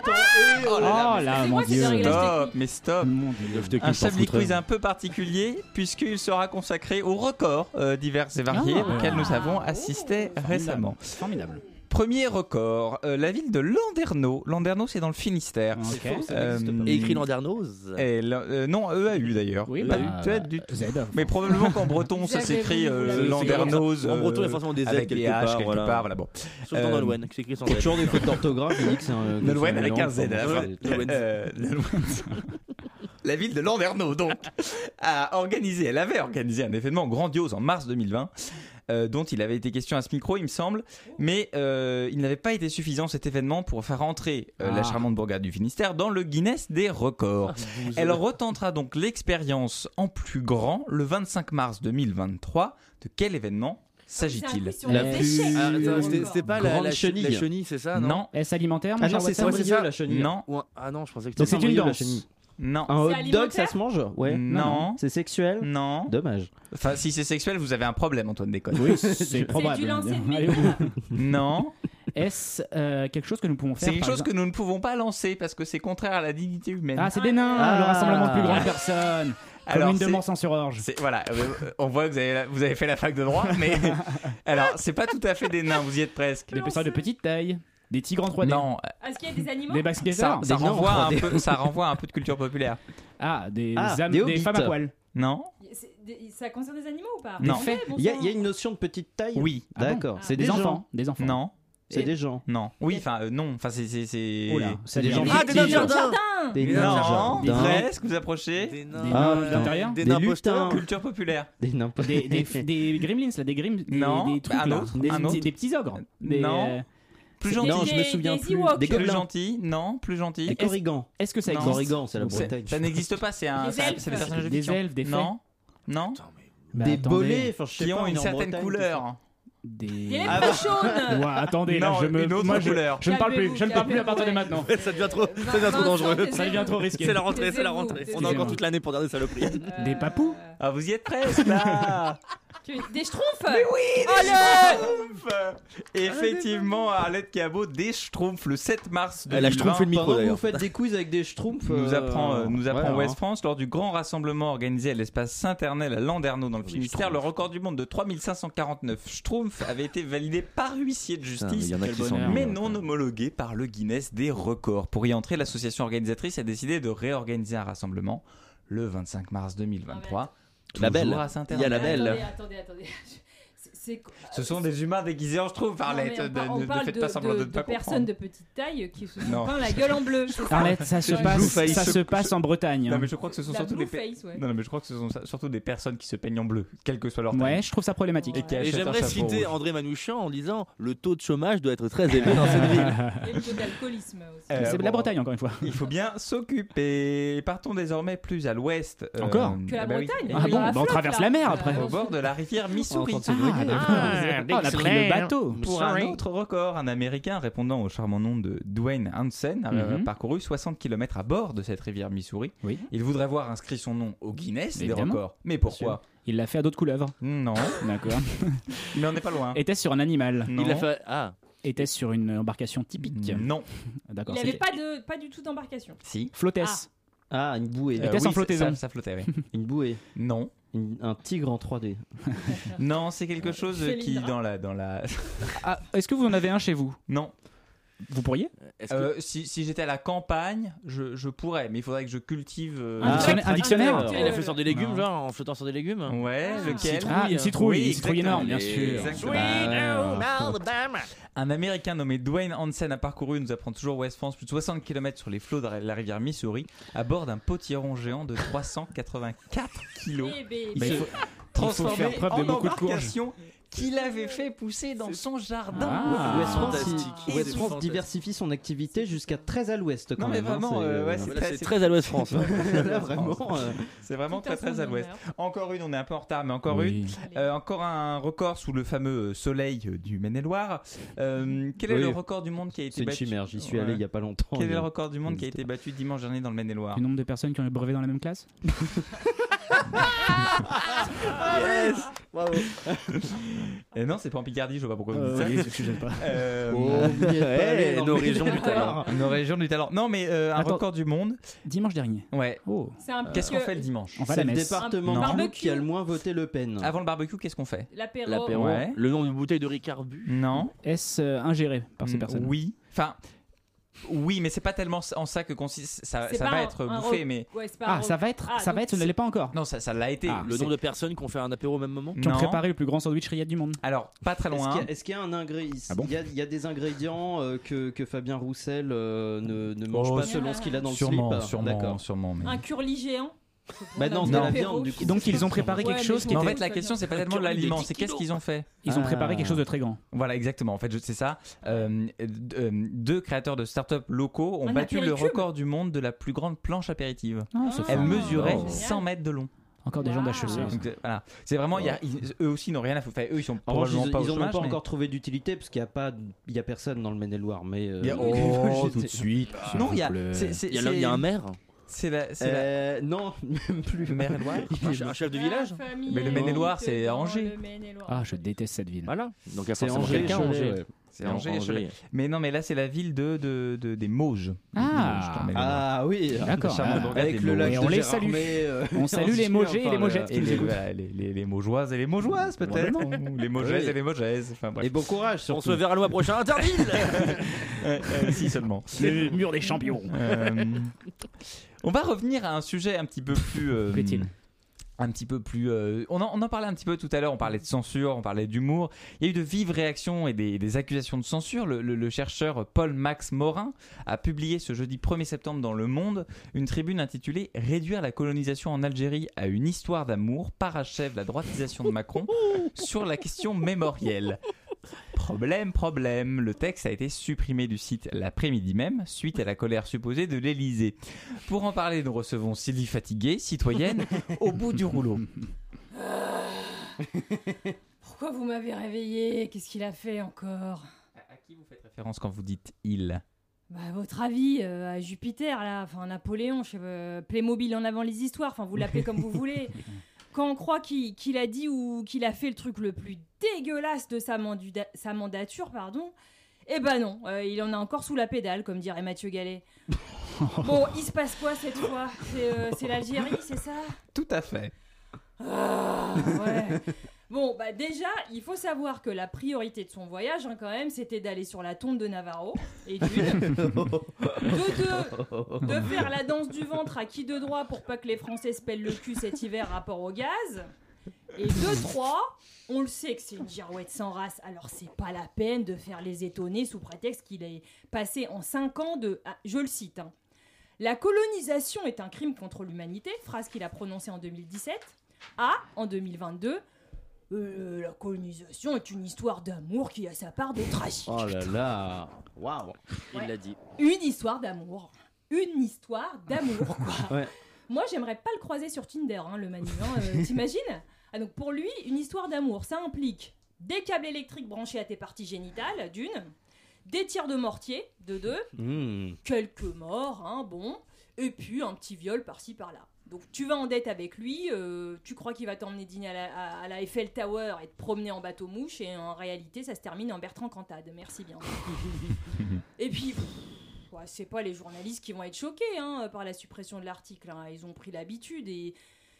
Oh là, c'est mon moi qui ai dieu. réglé. Stop, mais stop. Mon dieu. Un Chablis Quiz un peu particulier puisqu'il sera consacré aux records euh, divers et variés Ah. auxquels nous avons Oh, assisté récemment. Formidable. Premier record, euh, la ville de Landerneau. Landerneau, c'est dans le Finistère. Ok. Euh, Et écrit Landernose. et la- euh, non, EAU d'ailleurs. Oui, Pas bah, du- peut-être du tout. Z. Mais probablement qu'en breton, ça J'avais s'écrit voulu vous euh, l'avouer. Landernose. En euh, breton, il y a forcément des Z avec quelque des H part. quelque voilà. part. Voilà, bon. Sauf dans Euh, Nolwenn, qui s'écrit sans Il y a Z. toujours des fautes d'orthographe, je dis que c'est un. que Nolwenn c'est avec un Z à la mélange, fin. c'est- Nolwenn. Euh, Nolwenn. La ville de Landerneau, donc, a organisé, elle avait organisé un événement grandiose en mars 2020, euh, dont il avait été question à ce micro, il me semble, mais euh, il n'avait pas été suffisant cet événement pour faire entrer euh, la Ah. charmante bourgade du Finistère dans le Guinness des records. Elle retentera donc l'expérience en plus grand le 25 mars 2023. De quel événement s'agit-il C'est un quiz sur La les plus- échecs. Ah, attends, Encore. c'était- C'était pas la, Grande la, chenille. la chenille. chenille, c'est ça Non, Est-ce alimentaire, mon Ah non, cher c'est Watson ça, c'est ça, la chenille. non, Ou un- Ah non, je pensais que Donc c'était. c'est une Cendrillon, la danse. chenille. non, Un hot dog, alimentaire ça se mange Ouais. non, C'est sexuel non. Dommage. Enfin, si c'est sexuel, vous avez un problème, Antoine Déconne. Oui, c'est probable. du lancer de Allez, on- Non, Est-ce euh, quelque chose que nous pouvons faire c'est quelque par chose que exemple nous ne pouvons pas lancer parce que c'est contraire à la dignité humaine. Ah, c'est des nains, Ah. le rassemblement de plus grandes personnes. Comme une c'est- demande sans surorge. c'est- voilà, euh, euh, on voit que vous avez, vous avez fait la fac de droit, mais alors c'est pas tout à fait des nains, vous y êtes presque. Des personnes de petite taille. Des tigres en 3D. Non, Est-ce qu'il y a des animaux Des basket ça, ça nains en renvoie un 3D. peu, ça renvoie à un peu de culture populaire. Ah, des, Ah, âmes- des des hobbits. femmes à poil. Non, C'est- des- Ça concerne des animaux ou pas Non. Attendez, bon Il y, a- sang. il y a une notion de petite taille oui, Ah bon D'accord. Ah. C'est Des, des, gens. enfants. Des enfants. non, C'est des gens. non. Oui, enfin euh, non, enfin c'est c'est c'est. Oh là, c'est des des gens- gens. Ah, des nains de jardin Putain Des Non, nains. presque. Vous approchez. Des Ah, nains d'intérieur Des Des nains lutins. posteurs. Culture populaire. Des nains. des, des, des gremlins là, des grim, des, Non, des trucs un là, autre, des, un des- autre. des petits ogres. Des- euh, Non. Plus C'est- gentil. Non, des- je me souviens des plus. Ewoks. Des Plus gobelins. gentil. Non, plus gentil. Des corrigans. Est-ce que ça Non. existe Corrigan, c'est la C'est- Bretagne. Ça n'existe pas, c'est un, Les c'est un- elfes. c'est des personnages de Des fiction. elfes, des fées. Non, non, Bah, des attendez. bolets, enfin, je sais qui pas, ont on est une en certaine Bretagne, couleur. Des Des. leprechauns Ouah, attendez, là, Non, je me. une autre moi, je, couleur. je ne parle plus, je ne parle plus à partir de Calmez-vous, maintenant. Ça devient trop, ça devient trop Vincent, dangereux. désolé. Ça devient trop risqué. C'est la rentrée, c'est la Taisez-vous, rentrée. On a taisez-vous. encore toute l'année pour dire des saloperies. Euh, Des papous Ah, vous y êtes presque là tu- Des schtroumpfs Oh, Mais oui Effectivement, Arlette Cabot, des Schtroumpfs, le 7 mars 2020. Elle a schtroumpfé le micro Pendant que vous d'ailleurs. faites des quiz avec des schtroumpfs. Nous euh, apprend, euh, nous apprend voilà, Ouest hein. France lors du grand rassemblement organisé à l'espace Saint-Ernel à Landerneau dans le Oui, Finistère. Le Schtroumpf. record du monde de 3549 Schtroumpfs avait été validé par huissier de Putain, mais justice. y en a Quel qui sont bonheur. nuls, mais hein. non homologué par le Guinness des records. Pour y entrer, l'association organisatrice a décidé de réorganiser un rassemblement le 25 mars 2023. toujours La belle. à Saint-Ernest. Il y a la belle. Attendez, attendez, attendez. C'est- C'est. Ce sont des humains déguisés en Schtroumpf, Non, mais Arlette. on Ne, par- on ne- ne parle faites pas semblant de, ne de pas comprendre. personnes de petite taille qui se Non. sont peint la gueule en bleu. c'est ça Arlette, ça se Ouais. passe, Blue face. ça se passe en Bretagne. Non, hein. mais je crois que ce sont La surtout blue des. pe- face, ouais. Non, non, mais je crois que ce sont surtout des personnes qui se peignent en bleu, quelle que soit leur taille. Ouais, je trouve ça problématique. Et qui Et achètent un j'aimerais chapeau citer rouge. André Manouchian en disant le taux de chômage doit être très élevé dans cette ville. Et le taux d'alcoolisme aussi. Euh, C'est de la bon. Bretagne encore une fois. Il faut bien s'occuper. Partons désormais plus à l'ouest. euh, Encore Que la bah oui. Bretagne. Et Ah Il y bon, a un bah on fleuve, traverse là. la mer après. Au bord de la rivière On est en Missouri. train de se voyez. on a pris le bateau. Pour un autre record, un Américain répondant au charmant nom de Dwayne Hansen a euh, Mhm. parcouru 60 km à bord de cette rivière Missouri. Oui. Il voudrait voir inscrit son nom au Guinness des Évidemment. records. Mais pourquoi Il l'a fait à d'autres couleuvres. Non. D'accord. Mais on n'est pas loin. Était-ce sur un animal Non. Il a fait. Ah, Était-ce sur une embarcation typique Non. D'accord. Il n'avait c'est- pas, de, pas du tout d'embarcation. Si. Flottesse. Ah, une bouée. Euh, Était-ce en oui, flottaison ça, ça flottait, oui. Une bouée. Non. Une- un tigre en 3D. Non, c'est quelque chose Félindra. qui, dans la. Dans la... Ah, Est-ce que vous en avez un chez vous Non. Vous pourriez est-ce que. Euh, si si j'étais à la campagne, je, je pourrais, mais il faudrait que je cultive. euh, Ah, Un dictionnaire, un dictionnaire euh, Il a fait sur des légumes, Non. genre en flottant sur des légumes Ouais, Ah. lequel Ah, une citrouille, Oui, une citrouille exactement. énorme, bien Et- sûr. Bah, exactement. Ah. Un Américain nommé Dwayne Hansen a parcouru, il nous apprend toujours West France, plus de 60 km sur les flots de la rivière Missouri à bord d'un potiron géant de 384 kilos, Eh ben, Il Bah, se il faut- transformé faire preuve de en beaucoup de courage. embarcation qu'il avait fait pousser dans son jardin. Ah. West France, il- Fantastique. West C'est France fantastique. diversifie son activité jusqu'à 13 à l'ouest quand Non, mais même, hein, vraiment, c'est- euh, ouais, c'est Voilà, très, c'est c'est- très à l'ouest France. hein, Là, vraiment, euh, c'est vraiment tout très très son à l'ouest. honneur. Encore une, on est un peu en retard, mais encore une. Oui. Euh, encore un record sous le fameux euh, soleil euh, du Maine-et-Loire. Euh, quel est Oui. le record du monde qui a été c'est une battu chimère, j'y suis Ouais. allé il y a pas longtemps. Quel est mais- le record du monde qui a n'hésitez été battu dimanche dernier dans le Maine-et-Loire Le nombre de personnes qui ont le brevet dans la même classe Bravo. Eh Non, c'est pas en Picardie, je vois pas pourquoi vous dites Euh, ça. Oui, je sais pas. Euh, Oh. allé dans nos le régions du Maine-et-Loire. talent. Nos régions du talent. Non, mais euh, un Attends. record du monde. Dimanche dernier. Ouais. Oh, C'est un Euh, Qu'est-ce qu'on que- fait le dimanche on va à C'est la le messe. département Non. du Loup Barbecue. qui a le moins voté Le Pen. Avant le barbecue, qu'est-ce qu'on fait L'apéro. L'apéro. Ouais. Le nom d'une bouteille de Ricard bu. Non. Est-ce euh, ingéré par ces Mm, personnes Oui. Enfin. Oui, mais c'est pas tellement en ça que consiste. Ça, C'est ça pas va un- être un bouffé, repas. mais Ouais, c'est pas un Ah, repas. ça va être, Ah, ça va donc être, on ne l'est pas encore. non, ça, ça l'a été. Ah. Le C'est- nombre de personnes qui ont fait un apéro au même moment Qui ont Non. préparé le plus grand sandwich rillette du monde. Alors, pas très Est-ce loin. hein. qu'il y a- est-ce qu'il y, a un ingrédient Ah bon il, y a- il y a des ingrédients euh, que, que Fabien Roussel euh, ne, ne mange Oh, pas selon ce qu'il a dans sûrement, le slip. sûrement, D'accord. sûrement. mais- Un curly géant. Bah non, c'est Non. la viande du coup. Donc ils ont préparé Ouais, quelque mais chose qui Mais en Qu'est-ce fait, était... que- la question, c'est pas tellement Une l'aliment, des c'est 10 qu'est-ce qu'ils ont fait. Ils ont préparé Ah. quelque chose de très grand. Voilà, exactement. En fait, je- c'est ça. Euh, euh, d- euh, deux créateurs de start-up locaux ont Un battu le apéricube. record du monde de la plus grande planche apéritive. Ah, c'est Elle Elle fort. mesurait Oh. Génial. 100 mètres de long. Encore des gens Ah. Wow. d'HEC. Donc, euh, voilà. C'est vraiment, il y a- ils- eux aussi n'ont rien à foutre. Enfin, eux, ils sont Oh. En revanche, probablement ils, pas au ils en ont chômage, pas mais- encore trouvé d'utilité parce qu'il n'y a pas, il y a personne dans le Maine-et-Loire. Mais euh, Il y a- Oh, je sais- suite. Ah, Non, il y a. c'est- c'est- Il y a le- il y a un maire C'est la. C'est la. Euh, non, même plus. Le Maine-et-Loire Un ch- un chef de La village famille Mais le Maine-et-Loire, habite c'est dans Angers. le Maine-et-Loire. Ah, je déteste cette ville. Voilà. Donc il y a C'est forcément Angers, quelqu'un à Cholet, Angers. ouais. C'est Angers, Cholet. Mais non, mais là, c'est la ville de, de, de- des Mauges. Ah. Je t'en mets le nom. Ah oui. D'accord. Charles de Ah. Bourgogne. Avec des le mots. lac Et de on les Gérardmer, salue. euh, On salue les Maugés et les enfin, Maugettes. Et les, voilà, les, les, les Maugeoises et les Maugeoises, peut-être. Ou les Maugaises Oui. et les Maugaises. Enfin, bref. Et bon courage On se surtout. verra le mois prochain. Interdit Euh, euh, si seulement. Le mur des champions. Euh, on va revenir à un sujet un petit peu plus. euh, Plaît-il. un petit peu plus. euh, on, en, on en parlait un petit peu tout à l'heure, on parlait de censure, on parlait d'humour. Il y a eu de vives réactions et des, des accusations de censure. Le, le- le chercheur Paul-Max Morin a publié ce jeudi 1er septembre dans Le Monde une tribune intitulée Réduire la colonisation en Algérie à une histoire d'amour parachève la droitisation de Macron sur la question mémorielle. Problème, problème. Le texte a été supprimé du site l'après-midi même, suite à la colère supposée de l'Élysée. Pour en parler, nous recevons Sylvie Fatigué, citoyenne, au bout du rouleau. Pourquoi vous m'avez réveillé Qu'est-ce qu'il a fait encore À qui vous faites référence quand vous dites il bah, à votre avis, euh, à Jupiter, là, enfin Napoléon, je sais, pas, Playmobil en avant les histoires, enfin vous l'appelez comme vous voulez. Quand on croit qu'il qu'il a dit ou qu'il a fait le truc le plus dégueulasse de sa, manduda- sa mandature, pardon, eh ben non, euh, il en a encore sous la pédale, comme dirait Mathieu Gallet. bon, il se passe quoi cette fois C'est euh, c'est l'Algérie, c'est ça Tout à fait. Ah, ouais. Bon, bah déjà, il faut savoir que la priorité de son voyage, hein, quand même, c'était d'aller sur la tombe de Navarro. Et d'une. de deux, de faire la danse du ventre à qui de droit pour pas que les Français se pèlent le cul cet hiver rapport au gaz. Et de trois, on le sait que c'est une girouette sans race, alors c'est pas la peine de faire les étonner sous prétexte qu'il est passé en cinq ans de. ah, je le cite, hein. La colonisation est un crime contre l'humanité, phrase qu'il a prononcée en 2017 à, Ah, en 2022, euh, la colonisation est une histoire d'amour qui a sa part de tragique. Oh là là. Waouh. Il l'a dit. Une histoire d'amour. Une histoire d'amour, quoi. Ouais. Moi, j'aimerais pas le croiser sur Tinder, hein, le Manu. hein, euh, T'imagines Ah, donc pour lui, une histoire d'amour, ça implique des câbles électriques branchés à tes parties génitales, d'une, des tirs de mortier, de deux, Mmh. quelques morts, hein, bon, et puis un petit viol par-ci par-là. Donc tu vas en dette avec lui, euh, tu crois qu'il va t'emmener dîner à la, à- à la Eiffel Tower et te promener en bateau mouche, et en réalité ça se termine en Bertrand Cantade. Merci bien. et puis, pff, ouais, c'est pas les journalistes qui vont être choqués hein, par la suppression de l'article, hein. ils ont pris l'habitude et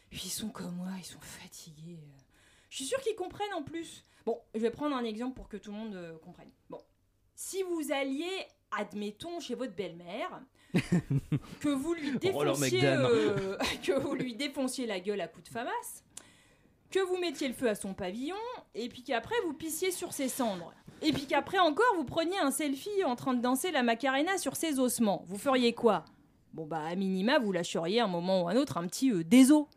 puis, ils sont comme moi, ils sont fatigués. euh. Je suis sûre qu'ils comprennent en plus. Bon, je vais prendre un exemple pour que tout le monde euh, comprenne. Bon, si vous alliez, admettons, chez votre belle-mère, que vous lui Oh, leur défonciez, McDan. euh, que vous lui défonciez la gueule à coups de famas, que vous mettiez le feu à son pavillon, et puis qu'après vous pissiez sur ses cendres, et puis qu'après encore vous preniez un selfie en train de danser la Macarena sur ses ossements, vous feriez quoi Bon bah à minima vous lâcheriez à un moment ou un autre un petit euh, déso.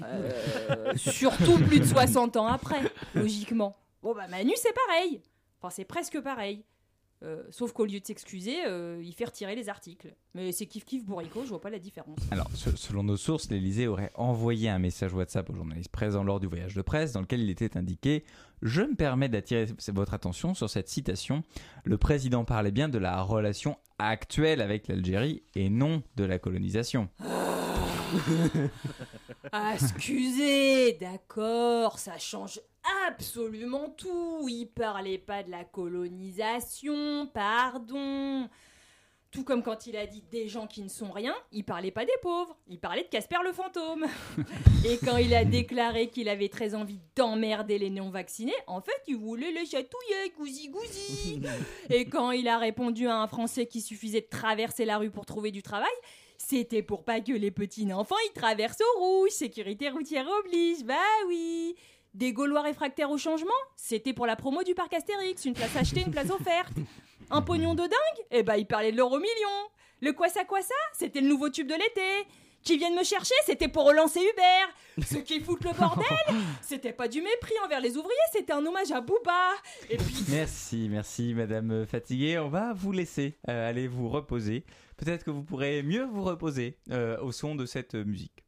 Euh, surtout plus de 60 ans après, logiquement. Bon bah Manu c'est pareil. Enfin c'est presque pareil. Euh, sauf qu'au lieu de s'excuser, euh, il fait retirer les articles. Mais c'est kiff kiff bourrico, je vois pas la différence. Alors, se- selon nos sources, l'Elysée aurait envoyé un message WhatsApp aux journalistes présents lors du voyage de presse dans lequel il était indiqué Je me permets d'attirer votre attention sur cette citation. Le président parlait bien de la relation actuelle avec l'Algérie et non de la colonisation. Ah, excusez, d'accord, ça change absolument tout. Il parlait pas de la colonisation, pardon. Tout comme quand il a dit des gens qui ne sont rien, il parlait pas des pauvres, il parlait de Casper le fantôme. Et quand il a déclaré qu'il avait très envie d'emmerder les non-vaccinés, en fait, il voulait les chatouiller, gousi gousi. Et quand il a répondu à un Français qu'il suffisait de traverser la rue pour trouver du travail, c'était pour pas que les petits enfants y traversent au rouge, sécurité routière oblige, bah oui. Des Gaulois réfractaires au changement C'était pour la promo du parc Astérix, une place achetée, une place offerte. Un pognon de dingue Eh bah il parlait de l'euro million. Le quoi ça quoi ça C'était le nouveau tube de l'été. Qui viennent me chercher, c'était pour relancer Uber. Ceux qui foutent le bordel, c'était pas du mépris envers les ouvriers, c'était un hommage à Booba. Et puis Merci, merci Madame euh, Fatiguée. On va vous laisser euh, aller vous reposer. Peut-être que vous pourrez mieux vous reposer euh, au son de cette euh, musique.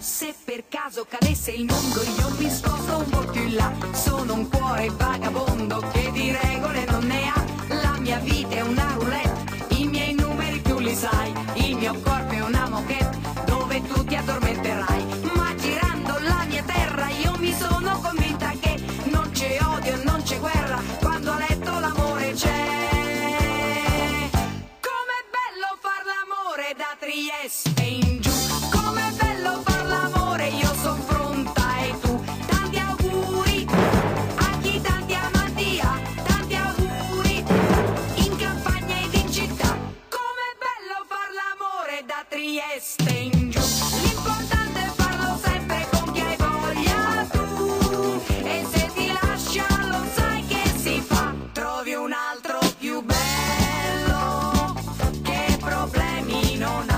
Se per caso cadesse il mondo io mi sposto un po' più in là Sono un cuore vagabondo che di regole non ne ha La mia vita è una roulette, i miei numeri tu li sai Il mio corpo è una moquette dove tu ti addormenterai Ma girando la mia terra io mi sono convinta che Non c'è odio e non c'è guerra quando a letto l'amore c'è Com'è bello far l'amore da Trieste in giù Com'è bello far l'amore, io son pronta e tu Tanti auguri a chi tanti amanti ha Tanti auguri in campagna ed in città Com'è bello far l'amore da Trieste in giù L'importante è farlo sempre con chi hai voglia tu E se ti lascia lo sai che si fa Trovi un altro più bello che problemi non ha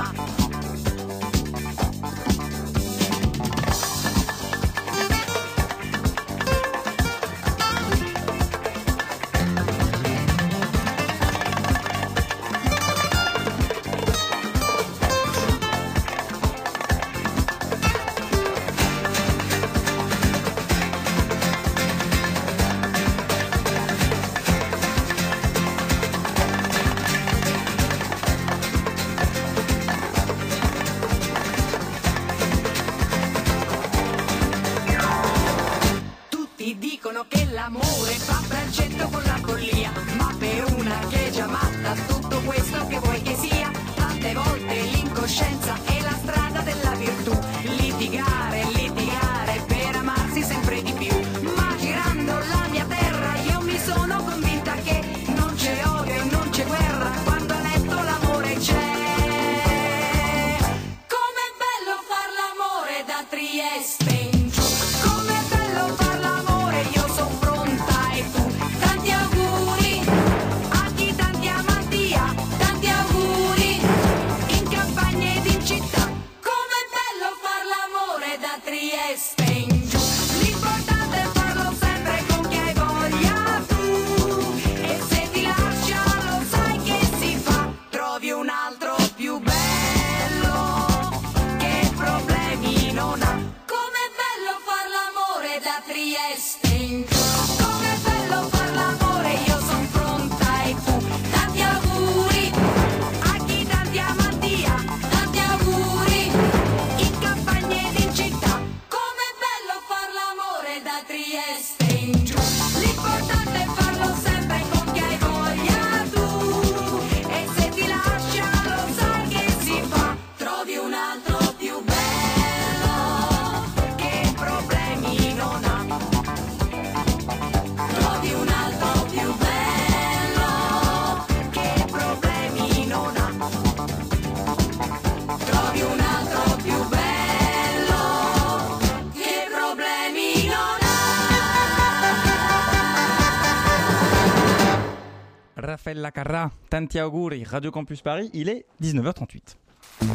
Raphaël Lacarra, tanti auguri, Radio Campus Paris, il est 19h38.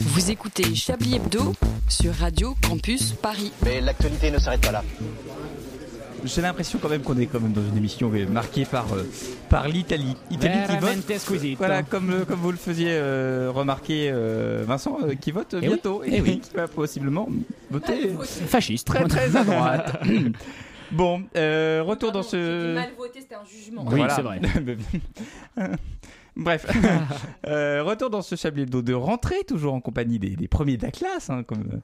Vous écoutez Chablis Hebdo sur Radio Campus Paris. Mais l'actualité ne s'arrête pas là. J'ai l'impression quand même qu'on est quand même dans une émission euh, marquée par, euh, par l'Italie. Italie qui Veramente vote. squisito. Voilà, comme, euh, comme vous le faisiez euh, remarquer, euh, Vincent, euh, qui vote Eh bientôt oui, eh oui. qui va possiblement voter Fasciste. très très à droite. bon, euh, retour dans ce. Mal voté, c'était un jugement. Voilà. Bref, Euh, retour dans ce Chablis Hebdo de rentrée, toujours en compagnie des, des premiers de la classe, hein, comme, euh,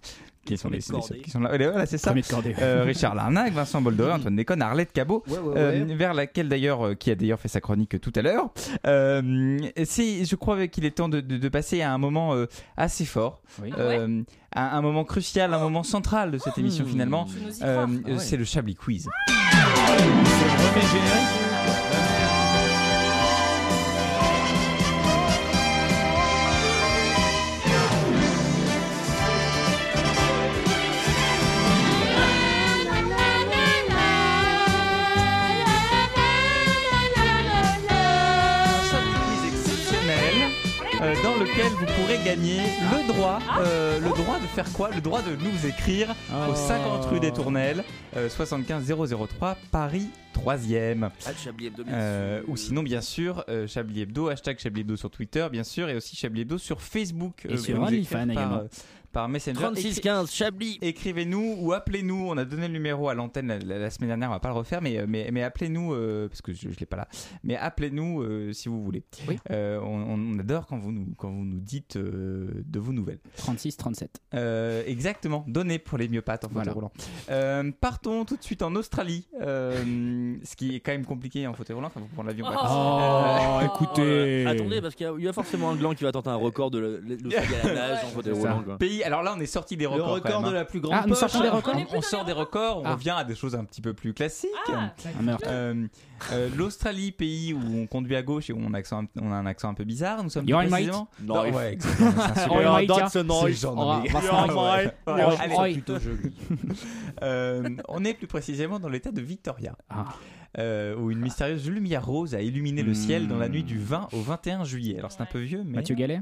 qui sont les, les- qui sont là. Voilà, voilà, c'est ça. Premiers de cordée. Euh, Richard Larnac, Vincent Boldor, Antoine Déconne, Arlette Cabot, ouais, euh, ouais. vers laquelle d'ailleurs, euh, qui a d'ailleurs fait sa chronique tout à l'heure. Euh, c'est- je crois qu'il est temps de, de- de passer à un moment euh, assez fort, Euh, à un moment crucial, un moment central de cette émission finalement. Euh, euh, C'est le Chablis Quiz. Ah, exceptionnel euh, dans lequel vous pourrez gagner le droit, euh, le droit de faire quoi Le droit de nous écrire Oh. au 50 rue des Tournelles, euh, 75 003 Paris 3e. Ah, le Chablis Hebdo, bien Euh, ou sinon, bien sûr, euh, Chablis Hebdo, hashtag Chablis Hebdo sur Twitter, bien sûr, et aussi Chablis Hebdo sur Facebook. euh, Et vous sur pouvez nous OnlyFans écrire également. Par, euh, par Messenger. 3615 Chablis. Écrivez-nous ou appelez-nous. On a donné le numéro à l'antenne la, la- la semaine dernière, on va pas le refaire, mais, euh, mais, mais appelez-nous, euh, parce que je, je l'ai pas là, mais appelez-nous euh, si vous voulez. Euh, on, on adore quand vous nous, quand vous nous dites euh, de vos nouvelles. 36, 37. Euh, exactement, donné pour les myopathes en fauteuil Voilà. roulant. Euh, partons tout de suite en Australie, euh, ce qui est quand même compliqué en fauteuil roulant, enfin vous prendre l'avion. bref. Oh, Euh, bah, Euh, attendez, parce qu'il y a- il y, a forcément un gland qui va tenter un record de le- le- l'Australie à la nage en fauteuil C'est ça. roulant. quoi. Pays, alors là on est sorti des records. record quand même, de hein. la plus grande Oh. Ah, nous poche. sortons des records on, on sort des records, on revient à des choses un petit peu plus classiques. Un meurtre. Euh, euh, L'Australie, pays où on conduit à gauche et où on, accent- on a un accent un peu bizarre, nous sommes You're plus right, mate. précisément. No, Non, if- ouais, exactement, c'est un super- You're right, That's yeah. a noise. C'est genre de Oh, mec. bah, You're ouais. right. Ouais, You're allez. right. Euh, on est plus précisément dans l'état de Victoria. Ah. euh, où une mystérieuse lumière rose a illuminé le ciel dans la nuit du 20 au 21 juillet. Alors c'est un peu vieux, mais Mathieu Gallet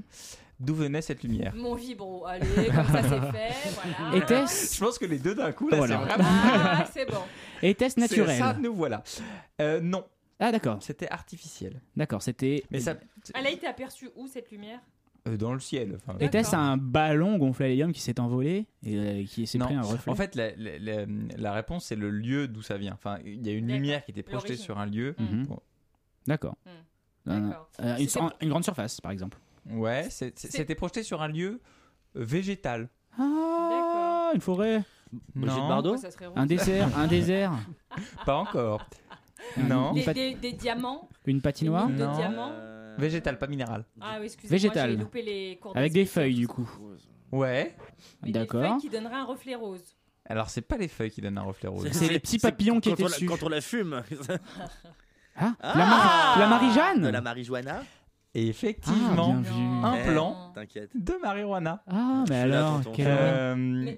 d'où venait cette lumière Mon vibro, allez, comme ça c'est fait, Ah. voilà. Je pense que les deux d'un coup, là, Voilà. c'est vraiment. Ah, c'est bon. Était-ce naturel C'est Ça, nous voilà. Euh, non. Ah, d'accord. C'était artificiel. D'accord, c'était. Mais ça. Elle a été aperçue où cette lumière euh, dans le ciel. enfin, Était-ce un ballon gonflé à l'hélium qui s'est envolé et euh, qui s'est Non. pris un reflet En fait, la, la- la- la réponse, c'est le lieu d'où ça vient. Enfin, il y a une lumière qui était projetée L'origine. sur un lieu. Mhm. Bon. D'accord. Hmm. Non, non. D'accord. Euh, une, C'était- en- une grande surface, par exemple. Ouais, c'est- c'est- c'était projeté sur un lieu euh, végétal. Ah, une forêt. Brigitte Non. Bardot Pourquoi Oh, ça serait rouge Ah. Un désert, un désert. Pas encore. non. des, des- des diamants Une patinoire. Des mines de Non. Euh, diamants Euh. Végétal, pas minéral. Ah oui, excusez-moi, j'ai Végétal. loupé les cours Avec des feuilles, du coup. Ouais. D'accord. qui donneraient un reflet rose. Alors, c'est pas les feuilles qui donnent un reflet rose. C'est les petits papillons qui quand étaient on la- dessus. quand On la fume. Ah, la, Mar- la Marie-Jeanne De la marijuana. Et effectivement, un Eh, plan T'inquiète. de marijuana. Ah, mais suis là, alors, tonton. quel- Euh,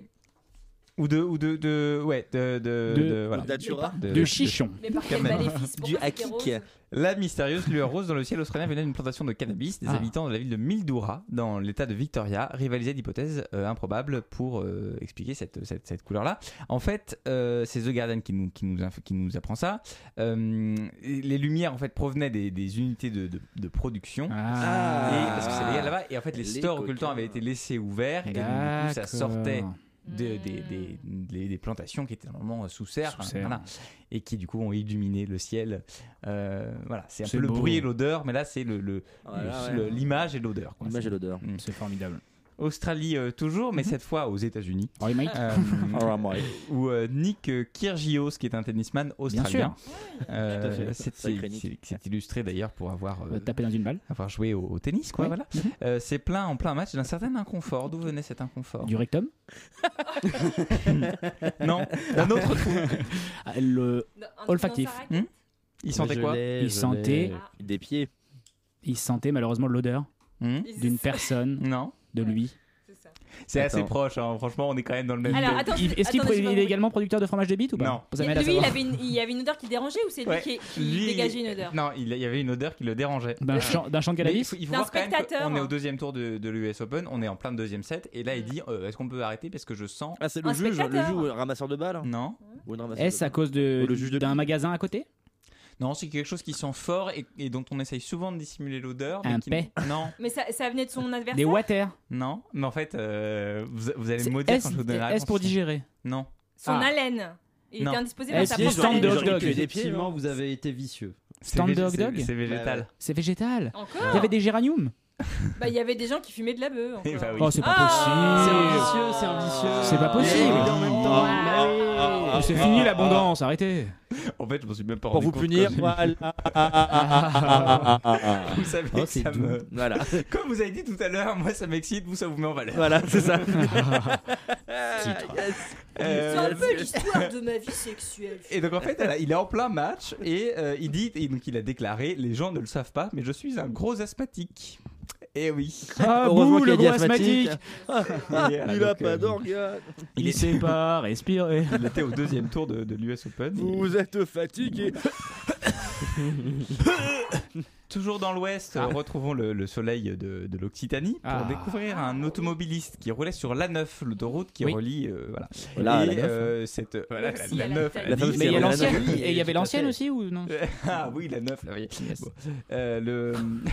Ou de, ou de, de, ouais, de, de, De- de- voilà. de Datura. De chichon. Mais par quel Quand même. maléfice, pourquoi Du c'était hakik. rose La mystérieuse lueur rose dans le ciel australien venait d'une plantation de cannabis. Des Ah. habitants de la ville de Mildura, dans l'état de Victoria, rivalisaient d'hypothèses euh, improbables pour euh, expliquer cette, cette, cette couleur-là. En fait, euh, c'est The Guardian qui nous, qui nous, inf- qui nous apprend ça. Euh, les lumières, en fait, provenaient des, des unités de, de- de production. Ah. Et, parce que c'est légal là-bas. Et en fait, les, Les stores occultants avaient été laissés ouverts. Et donc, du coup, ça D'accord. sortait de- des, des- des- des plantations qui étaient normalement sous serre, Hmm. hein, Sous serre. voilà, et qui du coup ont illuminé le ciel. Euh, voilà, c'est un C'est peu le beau. bruit et l'odeur, mais là c'est le- le- Voilà, le- le- ouais. l'image et l'odeur. quoi. L'image et C'est- l'odeur. C'est formidable. Australie euh, toujours, Mhm. mais cette fois aux États-Unis. mate. Euh, Où euh, Nick euh, Kyrgios, qui est un tennisman australien, euh, Tout à fait. s'est- Sacré s'est s'est illustré d'ailleurs pour avoir euh, Tapé dans une balle. avoir joué au, au tennis, quoi. Ouais. Mhm. Voilà. Euh, c'est plein en plein match d'un certain inconfort. D'où venait cet inconfort Du rectum Non, d'un autre trou. Ah, Le olfactif. Hmm il sentait quoi Il sentait. Des pieds. Il sentait malheureusement l'odeur Hmm d'une personne. Non. De lui. C'est assez Attends. proche, hein. franchement, on est quand même dans le même. Alors, thème. attends, Il- Est-ce qu'il Attendez, je il vais est vous- également producteur de fromage de bite ou pas Non. Vous avez mal à Lui, il savoir. avait, une, il y avait une odeur qui dérangeait ou c'est Ouais. lui qui, qui Lui, dégageait une odeur Non, il y avait une odeur qui le dérangeait. D'un chant- d'un chant de Mais cannabis Il faut, il faut D'un voir quand même spectateur. hein. qu'on est au deuxième tour de, de l'US Open, on est en plein deuxième set, et là il dit euh, Est-ce qu'on peut arrêter parce que je sens. Ah, c'est le Un juge, le spectateur. juge ou le ramasseur de balles hein, Non. Ou une ramasseuse de Est-ce à cause de- Ou bah, le juge de d'un magasin à côté Non, c'est quelque chose qui sent fort et, et dont on essaye souvent de dissimuler l'odeur. mais Un qui- paix. Non, Mais ça, ça venait de son adversaire Des water non, mais en fait, euh, vous, vous allez C'est me maudire quand je vous donne la S- S réponse. pour digérer. Non. Son Ah. haleine. Il Non. était indisposé Eh, par sa si, propre stand haleine. de hot dog. des pieds, Effectivement, vous avez été vicieux. C'est Stand végé- dog c'est- dog C'est végétal. Ouais, C'est végétal. Il y Encore avait des géraniums Bah, Il y avait des gens qui fumaient de la bœuf. Eh bah oui. Oh, c'est pas Ah. C'est possible ambitieux, c'est ambitieux. C'est pas possible. Mais oui, en même temps. Ah. Mais oui. Mais C'est fini l'abondance, arrêtez En fait, je m'en suis même pas Pour rendu vous compte punir. que- Voilà. Vous savez Oh, que c'est ça doux. me. Voilà. Comme vous avez dit tout à l'heure, moi ça m'excite, vous ça vous met en valeur. Voilà, c'est ça. Euh, C'est un peu l'histoire de ma vie sexuelle. Et donc en fait, elle a- il est en plein match et euh, il dit, et donc il a déclaré, les gens ne le savent pas, mais je suis un gros asthmatique. Et oui. Ah Heureusement bouh, qu'il y a le des gros asthmatiques. asthmatique Et, euh, donc, euh, d'organe. Il Il était, sait pas respirer il était au deuxième tour de, de l'US Open. Vous êtes fatigué. Toujours dans l'Ouest, euh, retrouvons le, le soleil de, de l'Occitanie pour Ah. découvrir un automobiliste qui roulait sur l'A9, l'autoroute qui Oui. relie. euh, voilà. Voilà, et, la neuf. euh, cette, voilà, la, Merci la à la neuf, tête. la La dix, fameuse Mais il y a la l'ancienne. neuf. Et il y avait Tout à l'ancienne fait. aussi ou non Ah oui, la 9, la vieille. Yes. Bon. Euh, le...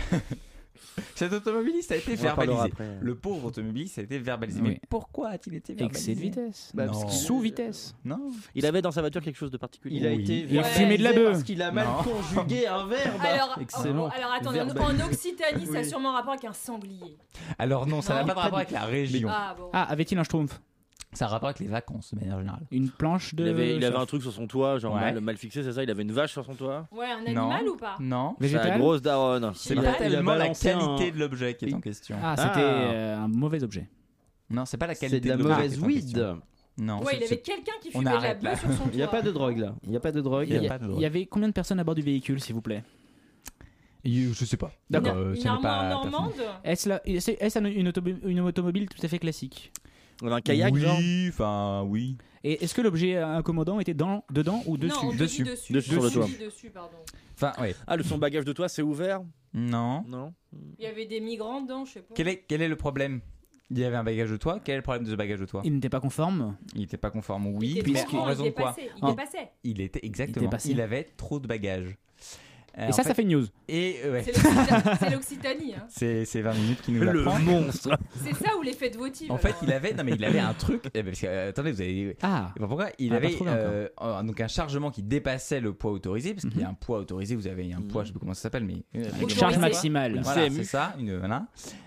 Cet automobiliste a été On en parlera verbalisé. après. Le pauvre automobiliste a été verbalisé. Oui. Mais pourquoi a-t il été verbalisé Excès de vitesse. Bah, parce Non. qu'il- Sous vitesse. Non. Il avait dans sa voiture quelque chose de particulier. Il a été Il a verbalisé fumé de la beuh. parce qu'il a mal Non. conjugué un verbe. Ah bah, Alors, oh, Excellent. alors attendez, en, Verbal. en Occitanie, ça a Oui. sûrement rapport avec un sanglier. Alors non, ça n'a Non. pas de rapport avec la région. Ah bon. Ah, avait-il un schtroumpf Ça a rapport avec les vacances, de manière générale. Une planche de. Il avait, il avait un truc sur son toit, genre Ouais. mal, mal fixé, c'est ça Il avait une vache sur son toit Ouais, un Non. animal ou pas Non. La Végétal grosse daronne. C'est C'est pas pas- tellement la balancé un- qualité de l'objet qui est en question. Ah, c'était Ah. euh, un mauvais objet. Non, c'est pas la C'est qualité de la l'objet qui mauvaise est en question. weed. Non. Ouais, il C'est- avait quelqu'un qui On fumait de la arrête, là. bœuf sur son toit. Il n'y a pas de drogue là. Il n'y a pas de drogue. Il y a Il y, pas de drogue. il y avait combien de personnes à bord du véhicule, s'il vous plaît c'est- Je sais pas. Une, Euh, une ça n'est armoire pas- normande Est-ce la- est-ce- est-ce un- une, automo- une automobile tout à fait classique On a un kayak, genre Oui, enfin oui. Et est-ce que l'objet incommodant était dans, dedans ou dessus Non, on te dit Dessus. dessus. Dessus sur le On te dit toit. dessus, pardon. Enfin ouais. Ah, le son bagage de toit, c'est ouvert Non. Non. Il y avait des migrants dedans, je sais pas. Quel est, quel est le problème Il y avait un bagage de toi. Quel est le problème de ce bagage de toi Il n'était pas conforme. Il n'était pas conforme, oui, était mais grand, en il raison de quoi dépassait, Ah. Il dépassait. Il était Il exactement. était passé. Il, avait trop de bagages. Euh, Et ça, en ça fait une news. Et euh, ouais. C'est l'Occita- c'est l'Occitanie. hein. C'est c'est 20 minutes qui nous Le l'apprend. monstre C'est ça ou les fêtes votives En fait, alors. il avait non mais il avait un truc. eh ben, parce que, euh, attendez, vous avez. Ah Enfin, Pourquoi il On a pas avait trouvé encore. euh, un- donc un chargement qui dépassait le poids autorisé parce qu'il y a un poids autorisé. Vous avez un poids, je sais pas comment ça s'appelle, mais euh, Une Autorisé. charge réglementé. maximale. Voilà, CMU. c'est ça, une voilà,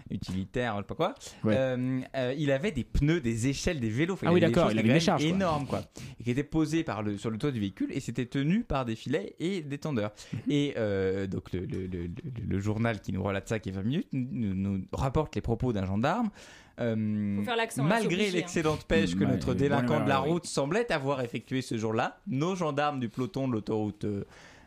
utilitaire, je sais pas quoi. Ouais. Euh, euh, il avait des pneus, des échelles, des vélos. Enfin, Ah oui, des d'accord, choses il avait quand une même charge, quoi. énorme, quoi. Et qui étaient posées par le, sur le toit du véhicule et c'était tenu par des filets et des tendeurs. Mhm. et euh, donc, le, le- le- le- le journal qui nous relate ça, qui est 20 minutes, nous, nous rapporte les propos d'un gendarme. Euh, Faut faire l'accent, là, c'est malgré obligé, hein. l'excellente pêche que Ouais, notre ouais, délinquant ouais, de la ouais, ouais. route semblait avoir effectué ce jour-là, nos gendarmes du peloton de l'autoroute euh,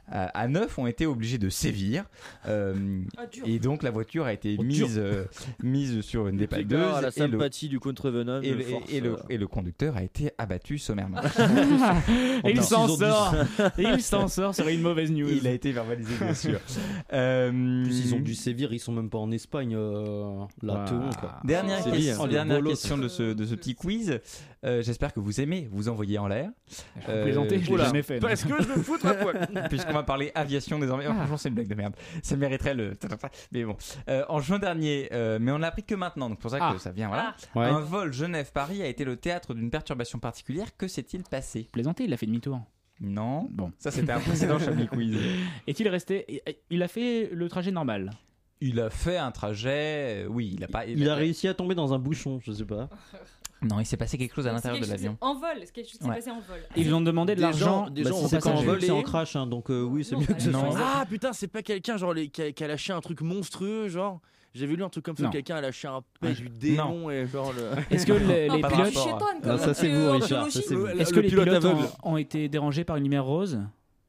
à 9 ont été obligés de sévir. Euh, Ah, dur. et donc la voiture a été Oh, dur. mise, euh, mise sur une Les dépanneuse gars, la et, le, sympathie du contrevenant. et, me le- force, et le- euh, et le conducteur a été abattu sommairement. Et il Non. s'en Ils ont dit sort Et il s'en sort serait une mauvaise news. Il a été verbalisé bien sûr. Euh, En plus, ils ont dû sévir, ils sont même pas en Espagne. euh, Ouah. La teon quoi. Dernière C'est question, bien. dernière Oh, le bolos. question de, ce, de ce petit quiz. Euh, J'espère que vous aimez vous envoyer en l'air. Euh, Plaisanter, je l'ai oula. jamais fait. non. Parce que je me foutre à poil Puisqu'on va parler aviation désormais. Oh, franchement, c'est une blague de merde. Ça mériterait le. Mais bon. Euh, en juin dernier, euh, mais on l'a appris que maintenant, donc c'est pour ça que Ah. ça vient. Voilà. Ouais. Un vol Genève-Paris a été le théâtre d'une perturbation particulière. Que s'est-il passé Plaisanter, il a fait demi-tour. Non. Bon. Ça, c'était un précédent Chablis Quiz. Est-il resté Il a fait le trajet normal. Il a fait un trajet. euh, Oui, il a pas. Il a réussi à tomber dans un bouchon, je sais pas. Non, il s'est passé quelque chose à C'est l'intérieur de quelque l'avion. chose- En vol, c'est quelque chose qui s'est Ouais. passé en vol. Ils lui ont demandé de Des gens- l'argent. des Bah, gens si ont c'est pas en passagers. vol, c'est en crash, hein, donc euh, oui, c'est Non, mieux que ce bah, Non. soit. Ah putain, c'est pas quelqu'un genre les- qui, a, qui a lâché un truc monstrueux, genre j'avais lu un truc comme ça, Non. quelqu'un a lâché un pet du démon et genre le. Est-ce que les, Non, les Ah, pas par pilotes, rapport à- chétonne, Ah, comme euh, ça, c'est tu- vous, en Richard, ça, biologie. c'est vous. Le- est-ce le que les pilote pilotes aveugle. ont, ont été dérangés par une lumière rose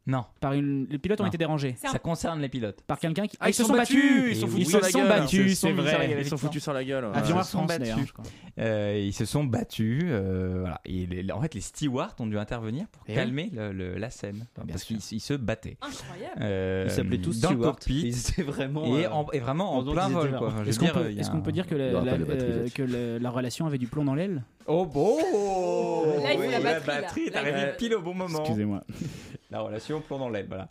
Non. Par une... Les pilotes ont Non. été dérangés. Ça concerne les pilotes. Par quelqu'un qui. Ah, ils se sont sont battus, battus ils sont Et foutus oui. sur la Ils se sont Ah, gueule. battus C'est vrai, ils hein. sont foutus sur la gueule. Ils Avion se Air sont France, battus. d'ailleurs, je crois. Euh, ils se sont battus. euh, voilà. Et les- en fait, les stewards ont dû intervenir pour Eh calmer le- le- la scène parce qu'ils ils se battaient. Incroyable. Euh, Ils s'appelaient tous dans le Stewart. cockpit. Ils étaient vraiment, et, euh, en, et vraiment en pendant plein qu'ils étaient vol. là. quoi. Enfin, je veux Est-ce qu'on dire, peut, il y a est-ce qu'on un- peut dire que, la, la- euh, que le- la relation avait du plomb dans l'aile Oh bon Là, il faut la la batterie, là. batterie est Là, il faut- arrivée pile au bon moment. Excusez-moi. La relation plomb dans l'aile, voilà.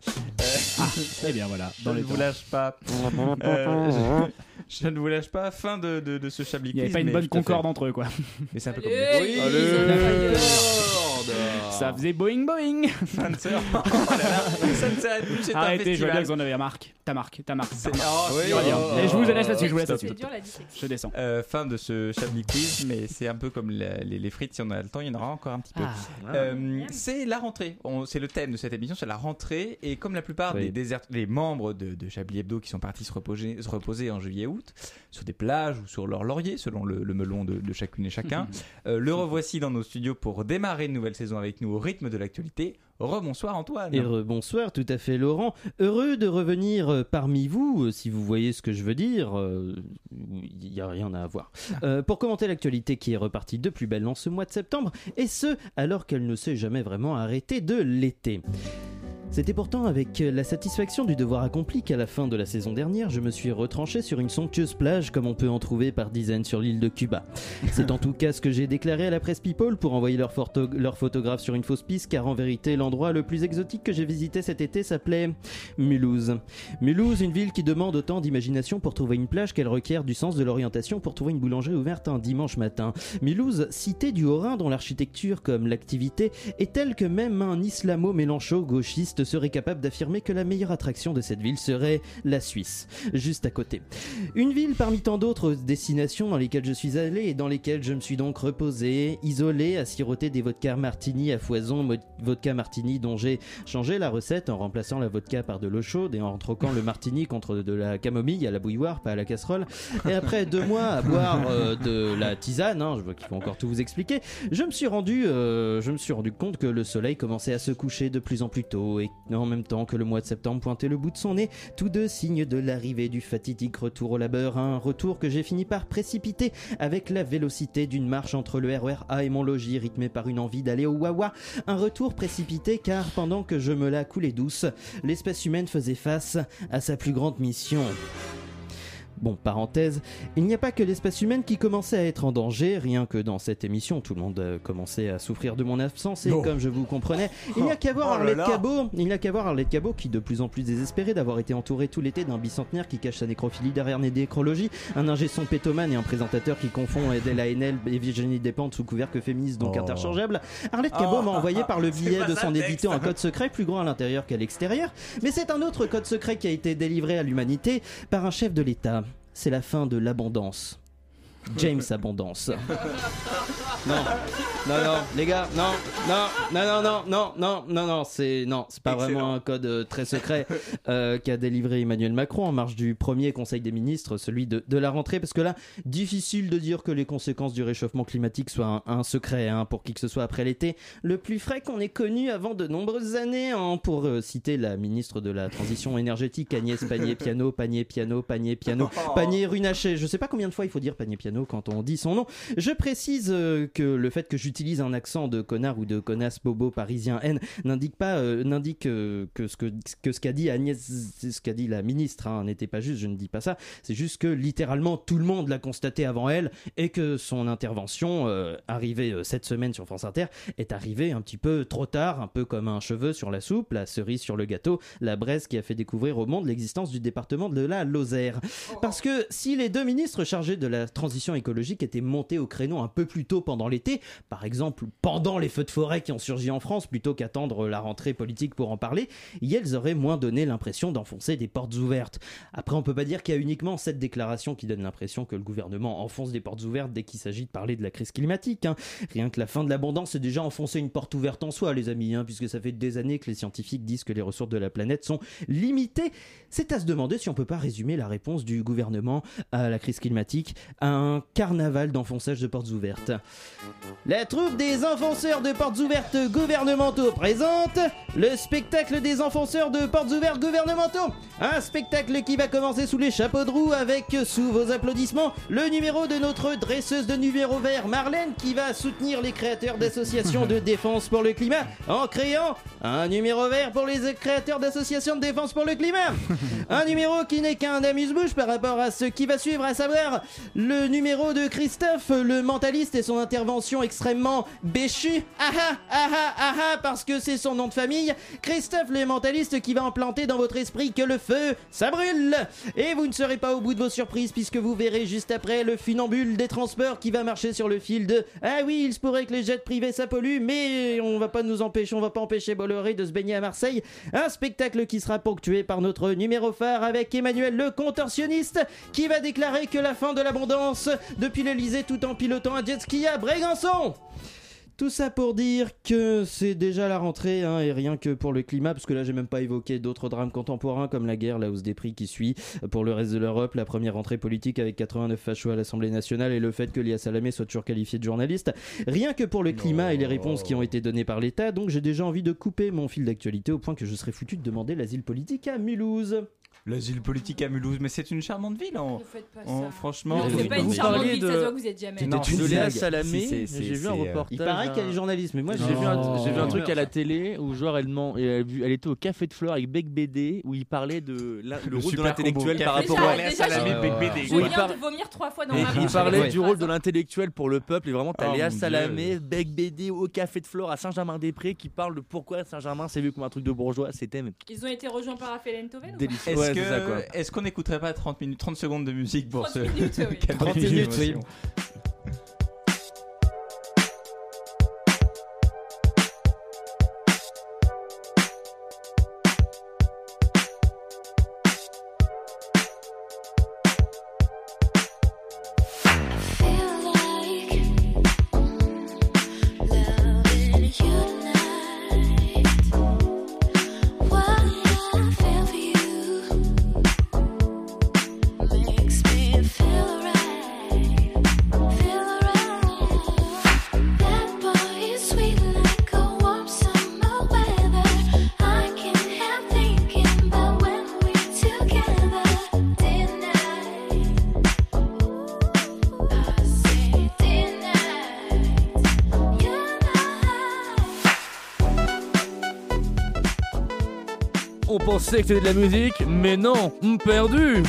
Eh bien voilà, Je dans ne les vous temps. lâche pas. Euh, je, je ne vous lâche pas. Fin de, de, de ce chablis Il n'y avait quiz, pas une mais bonne tout à fait. concorde entre eux, quoi. Mais c'est un peu Allez, compliqué. Oui, Allez, ils concorde. Ça faisait boing boing Ça ne s'arrête Ça ne s'arrête plus, c'est un Arrêtez, je vois bien festival. que vous en avez remarque. Ta marque, ta marque. Oh, ta marque. oui, Je reviens. oh, Et je vous laisse oh, là-dessus, je vous laisse stop. là-dessus. Je descends. Euh, fin de ce Chablis Quiz, mais c'est un peu comme la- les, les frites, si on a le temps, il y en aura encore un petit peu. Ah. Euh, c'est la rentrée, On- c'est le thème de cette émission, c'est la rentrée, et comme la plupart Oui. des désert- des membres de, de Chablis Hebdo qui sont partis se reposer, se reposer en juillet-août, sur des plages ou sur leur laurier, selon le, le melon de, de chacune et chacun, euh, le revoici dans nos studios pour démarrer une nouvelle saison avec nous au rythme de l'actualité. Rebonsoir Antoine Et rebonsoir, tout à fait Laurent. Heureux de revenir euh, parmi vous, euh, si vous voyez ce que je veux dire. euh, Il n'y a rien à voir. Euh, pour commenter l'actualité qui est repartie de plus belle en ce mois de septembre, et ce, alors qu'elle ne s'est jamais vraiment arrêtée de l'été. C'était pourtant avec euh, la satisfaction du devoir accompli qu'à la fin de la saison dernière, je me suis retranché sur une somptueuse plage comme on peut en trouver par dizaines sur l'île de Cuba. C'est en tout cas ce que j'ai déclaré à la presse People pour envoyer leurs photo- leurs photographes sur une fausse piste car en vérité l'endroit le plus exotique que j'ai visité cet été s'appelait Mulhouse. Mulhouse, une ville qui demande autant d'imagination pour trouver une plage qu'elle requiert du sens de l'orientation pour trouver une boulangerie ouverte un dimanche matin. Mulhouse, cité du Haut-Rhin dont l'architecture comme l'activité est telle que même un islamo-mélancho-gauchiste serait capable d'affirmer que la meilleure attraction de cette ville serait la Suisse, juste à côté. Une ville parmi tant d'autres destinations dans lesquelles je suis allé et dans lesquelles je me suis donc reposé, isolé, à siroter des vodka martini à foison, mo- vodka martini dont j'ai changé la recette en remplaçant la vodka par de l'eau chaude et en troquant le martini contre de la camomille à la bouilloire, pas à la casserole. Et après deux mois à boire euh, de la tisane, hein, je vois qu'il faut encore tout vous expliquer, je me suis rendu, euh, je me suis rendu compte que le soleil commençait à se coucher de plus en plus tôt et en même temps que le mois de septembre pointait le bout de son nez, tous deux signes de l'arrivée du fatidique retour au labeur, un retour que j'ai fini par précipiter avec la vélocité d'une marche entre le RER A et mon logis rythmé par une envie d'aller au Wawa, un retour précipité car pendant que je me la coulais douce, l'espèce humaine faisait face à sa plus grande mission. Bon, parenthèse, il n'y a pas que l'espèce humaine qui commençait à être en danger, rien que dans cette émission, tout le monde euh, commençait à souffrir de mon absence, et Non. comme je vous comprenais, il n'y a qu'à voir Oh là Arlette là. Cabot, il n'y a qu'à voir Arlette Cabot qui, de plus en plus désespéré d'avoir été entouré tout l'été d'un bicentenaire qui cache sa nécrophilie derrière des nécrologies, un ingé son pétomane et un présentateur qui confond Edel Haenel et Virginie Despentes sous couvert que féministe, donc Oh. interchangeable, Arlette Cabot Oh. m'a envoyé par le C'est biais pas de ça son le texte. éditeur un code secret plus grand à l'intérieur qu'à l'extérieur, mais c'est un autre code secret qui a été délivré à l'humanité par un chef de l'État. C'est la fin de l'abondance. James Abondance. Non, non, non, les gars, non, non, non, non, non, non, non, non, non, c'est non, c'est pas vraiment un code euh, très secret euh, qu'a délivré Emmanuel Macron en marge du premier Conseil des ministres, celui de, de la rentrée, parce que là, difficile de dire que les conséquences du réchauffement climatique soient un, un secret hein, pour qui que ce soit après l'été, le plus frais qu'on ait connu avant de nombreuses années, hein, pour euh, citer la ministre de la transition énergétique Agnès Pannier-Piano, Pannier-Piano, Pannier-Piano, Pannier-Runacher. Je sais pas combien de fois il faut dire Pannier-Piano quand on dit son nom. Je précise euh, que le fait que j'utilise un accent de connard ou de connasse bobo parisien N n'indique pas euh, n'indique euh, que ce que, que ce qu'a dit Agnès ce qu'a dit la ministre hein, n'était pas juste. Je ne dis pas ça. C'est juste que littéralement tout le monde l'a constaté avant elle et que son intervention euh, arrivée euh, cette semaine sur France Inter est arrivée un petit peu trop tard, un peu comme un cheveu sur la soupe, la cerise sur le gâteau, la braise qui a fait découvrir au monde l'existence du département de la Lozère. Parce que si les deux ministres chargés de la transition écologique étaient montés au créneau un peu plus tôt pendant l'été, par exemple pendant les feux de forêt qui ont surgi en France, plutôt qu'attendre la rentrée politique pour en parler, ils auraient moins donné l'impression d'enfoncer des portes ouvertes. Après, on peut pas dire qu'il y a uniquement cette déclaration qui donne l'impression que le gouvernement enfonce des portes ouvertes dès qu'il s'agit de parler de la crise climatique. hein. Rien que la fin de l'abondance, c'est déjà enfoncer une porte ouverte en soi, les amis, hein, puisque ça fait des années que les scientifiques disent que les ressources de la planète sont limitées. C'est à se demander si on peut pas résumer la réponse du gouvernement à la crise climatique à un carnaval d'enfonçage de portes ouvertes. La troupe des enfonceurs de portes ouvertes gouvernementaux présente le spectacle des enfonceurs de portes ouvertes gouvernementaux. Un spectacle qui va commencer sous les chapeaux de roue avec, sous vos applaudissements, le numéro de notre dresseuse de numéro vert Marlène qui va soutenir les créateurs d'associations de défense pour le climat en créant un numéro vert pour les créateurs d'associations de défense pour le climat. Un numéro qui n'est qu'un amuse-bouche par rapport à ce qui va suivre, à savoir le numéro de Christophe, le mentaliste et son intervention extrêmement béchue. Ah ah, ah ah, ah ah, parce que c'est son nom de famille. Christophe, le mentaliste qui va implanter dans votre esprit que le feu, ça brûle. Et vous ne serez pas au bout de vos surprises puisque vous verrez juste après le funambule des transports qui va marcher sur le fil de Ah oui, il se pourrait que les jets privés ça pollue, mais on va pas nous empêcher, on va pas empêcher Bolloré de se baigner à Marseille. Un spectacle qui sera ponctué par notre numéro phare avec Emmanuel le contorsionniste qui va déclarer que la fin de l'abondance depuis l'Elysée tout en pilotant un jet ski à Brégançon. Tout ça pour dire que c'est déjà la rentrée, hein, et rien que pour le climat, parce que là j'ai même pas évoqué d'autres drames contemporains comme la guerre, la hausse des prix qui suit. Pour le reste de l'Europe, la première rentrée politique avec 89 fachos à l'Assemblée nationale et le fait que Lia Salamé soit toujours qualifiée de journaliste. Rien que pour le climat et les réponses qui ont été données par l'État, donc j'ai déjà envie de couper mon fil d'actualité au point que je serais foutu de demander l'asile politique à Mulhouse. L'asile politique à Mulhouse, mais c'est une charmante ville. on- Ne faites pas on- ça. franchement, Non, c'est pas une Vous charmante parliez ville, ça se voit que vous y êtes jamais allé. Non, C'était une de Léa blague. Salamé, Si, c'est- c'est- J'ai vu un c'est, euh, reportage. Il paraît d'un- qu'elle est journaliste, mais moi J'ai vu, un, j'ai vu un Non. truc à la télé où genre elle demande, et elle, elle était au café de fleurs avec Bec BD où il parlait de la- le, Le rôle de super l'intellectuel combo. par Café rapport de à fleurs, déjà, j'ai- Ouais, ouais, ouais. Je Où il viens par- de vomir trois fois dans Et ma il bouche. parlait Ouais. du rôle de l'intellectuel pour le peuple et vraiment t'as Oh Léa mon Salamé, Bec BD au café de fleurs à Saint-Germain-des-Prés qui parle de pourquoi Saint-Germain s'est vu comme un truc de bourgeois, c'était mais Ils ont été rejoints par Raphaël Entoven ou pas délicieux. Est-ce Ouais, c'est ça, quoi. que- est-ce qu'on n'écouterait pas 30 minutes, 30 secondes de musique pour 30 ce minutes, oui. 30 minutes, oui. On pensait que c'était de la musique, mais non, mm, perdu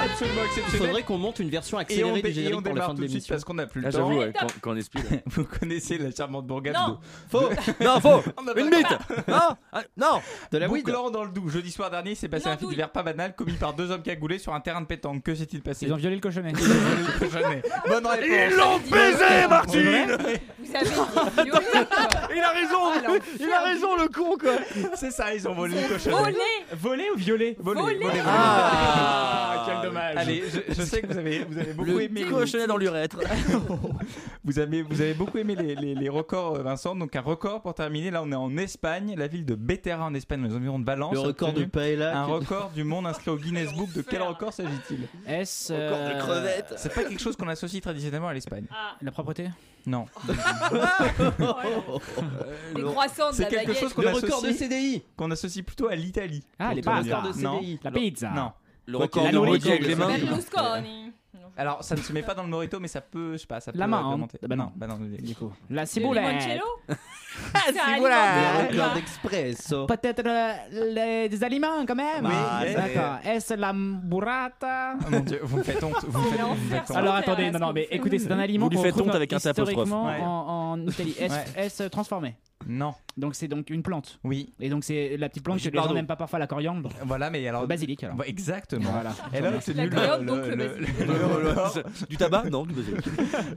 Absolument Il exceptionnel. faudrait qu'on monte une version Et on, dé- accélérée du et on générique pour la démarre fin tout de de suite l'émission. parce qu'on n'a plus le Ah, temps. J'avoue, ouais, quand, quand on est speed. Vous connaissez la charmante bourgade Non. d'eau. Faux Non, faux On n'a pas Une le bite Non Ah, Non De la weed. Bouclant dans le doux. Jeudi soir dernier, s'est passé Non, un fait douille. divers pas banal commis par deux hommes cagoulés sur un terrain de pétanque. Que s'est-il passé Ils ont violé le cochonnet. Jamais. Bonne réponse. l'ont baisé, Vous avez été violés, quoi. Ah, Il a raison Il a raison, le con, quoi C'est ça, ils ont volé le cochonnet. Volé Volé ou violé Volé, Volé. volé, volé. Ah, quel dommage. Allez, je, je sais que vous avez, vous avez beaucoup Le aimé. cochonnet dans l'urètre Vous avez, vous avez beaucoup aimé les, les- les records, euh, Vincent. Donc un record pour terminer. Là, on est en Espagne, la ville de Bétera en Espagne, dans les environs de Valence. Le a record de obtenu Paella. un qui- record du monde inscrit au Guinness Book. De quel record s'agit-il Est-ce. Encore de euh, crevettes C'est pas quelque chose qu'on associe traditionnellement à l'Espagne. Ah, Oh, La propreté Non. les croissants de C'est la quelque baguette. chose qu'on Le record de associe, CDI. qu'on associe plutôt à l'Italie. Ah, les Le pâtes. record de Non. CDI. La pizza. Non. Le Quoi record qu'il de en Rudy soit, avec les mains Berlusconi. Alors, ça ne se met pas dans le Morito, mais ça peut, je sais pas, ça peut La main, hein. augmenter. Bah non. bah non, du coup. La Le ciboulette. limoncello ciboulette. Le voilà record d'expresso. Peut-être euh, les- des aliments quand même. Oui, Ah, yes. D'accord. Est-ce la burrata Oh mon dieu, vous me faites honte. Vous me faites, Mais vous me faites enfer, honte. Alors Sans faire, attendez, là, non ce non qu'on mais fait. écoutez, c'est un Vous aliment lui qu'on faites honte retrouve avec un apostrophe. historiquement Ouais. en, en Italie. Est-ce Ouais. est-ce transformé Non. Donc c'est donc une plante. Oui. Et donc c'est la petite plante que Brigitte les gens Bardot. n'aiment pas parfois la coriandre. Voilà, mais alors. Le basilic alors. Bah, exactement. Voilà. Elle a obtenu le, coriandre, le- donc le le- basilic. le- le- le- le- Du tabac Non, du basilic.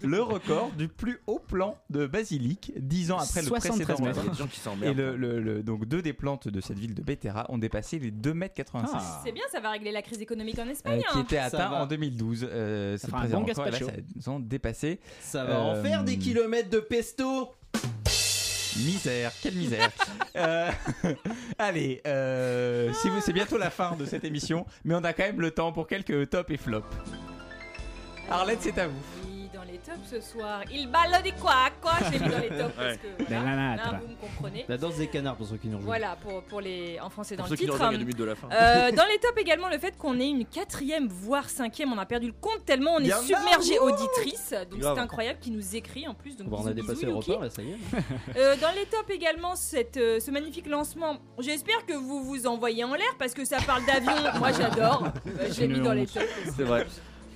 le record du plus haut plan de basilic, 10 ans après le 73 précédent. mètres. Il y a record. des gens qui s'emmerdent. Et le, le- le- donc deux des plantes de cette ville de Bettera ont dépassé les 2 mètres 86. Ah. C'est bien, ça va régler la crise économique en euh, Espagne. qui hein. était Ça atteint va. en 2012. euh, c'est fera un le présent bon record, et là, ça gazpacho. ils ont dépassé. Ça va en faire des kilomètres de pesto Misère, quelle misère. Euh, allez, euh, si vous, c'est bientôt la fin de cette émission, mais on a quand même le temps pour quelques tops et flops. Arlette, c'est à vous. Oui, dans les tops ce soir. Il balle des quoi quoi J'ai mis dans les tops parce que Ouais. Ben, voilà. la natre. Là, vous me comprenez. La danse des canards pour ceux qui nous rejoignent. Voilà, pour, pour les... en français dans Pour le ceux qui nous titre. rejoignent à deux minutes de la fin. Euh, dans les tops également, le fait qu'on ait une quatrième, voire cinquième, on a perdu le compte tellement on est Bien là, submergé wouh auditrice. Donc Grave. c'est incroyable qui nous écrit en plus. Donc Bon, on a bisous, dépassé bisous, le Yuki. record là, ça y est. Euh, dans les tops également, cette, euh, ce magnifique lancement. J'espère que vous vous envoyez en l'air parce que ça parle d'avion. Moi j'adore. Bah, je l'ai mis dans les tops. aussi. C'est vrai.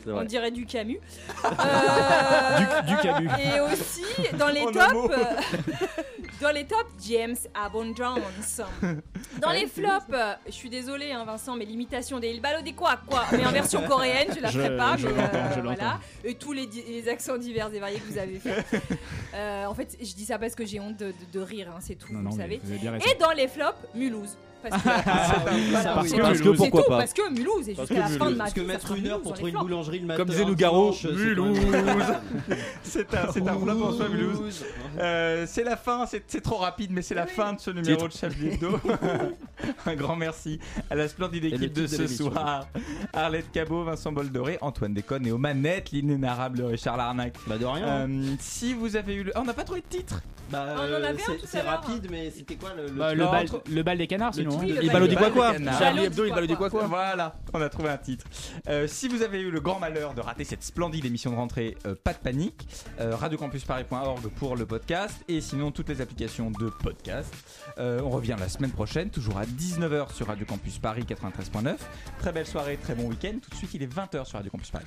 C'est On vrai. dirait du Camus. Euh, Du- du Camus. Et aussi, dans les En un mot. tops, euh, dans les tops, James Abondance. Dans les flops, euh, je suis désolée, hein, Vincent, mais l'imitation des Il Ballo des quoi, quoi, mais en version coréenne, je la Je- ferai pas. je mais, euh, l'entends, je l'entends. voilà. Et tous les, di- les accents divers et variés que vous avez fait. Euh, en fait, je dis ça parce que j'ai honte de, de- de rire, hein, c'est tout, Non, vous non, le mais savez. vous avez bien raison. et dans les flops, Mulhouse. Parce que, Voilà, parce oui. que Parce que Mulhouse. pourquoi C'est tout, pas. Parce que Mulhouse, et Parce jusqu'à que la fin de Mulhouse. ma Parce que vie, ça mettre sera une heure Mulhouse pour dans les trouver une flops. boulangerie le matin. Comme disait un Nougaro, dimanche, c'est quand même- C'est un, c'est un flop en soi, Mulhouse. Euh, c'est la fin, c'est c'est trop rapide, mais c'est la fin de ce numéro de Chablis Hebdo. un grand merci à la splendide le équipe de titre ce de l'émission. soir. Arlette Cabot, Vincent Boldoré, Antoine Déconne et aux manettes, l'inénarrable Richard Larnac. Bah de rien. Euh, si vous avez eu le. Oh, on n'a pas trouvé de titre Bah, On en avait un euh, c'est- tout à C'est l'heure. rapide, mais c'était quoi le. Bah, le, Non, bal, entre- le bal des canards, sinon. hein. Il balot dit quoi quoi Charlie Hebdo, il balot dit quoi quoi Voilà, on a trouvé un titre. Euh, si vous avez eu le grand malheur de rater cette splendide émission de rentrée, euh, pas de panique. Euh, RadioCampusParis.org pour le podcast et sinon toutes les applications de podcast. Euh, on revient la semaine prochaine, toujours à 19h sur Radio Campus Paris 93.9. Très belle soirée, très bon week-end. Tout de suite, il est 20h sur Radio Campus Paris.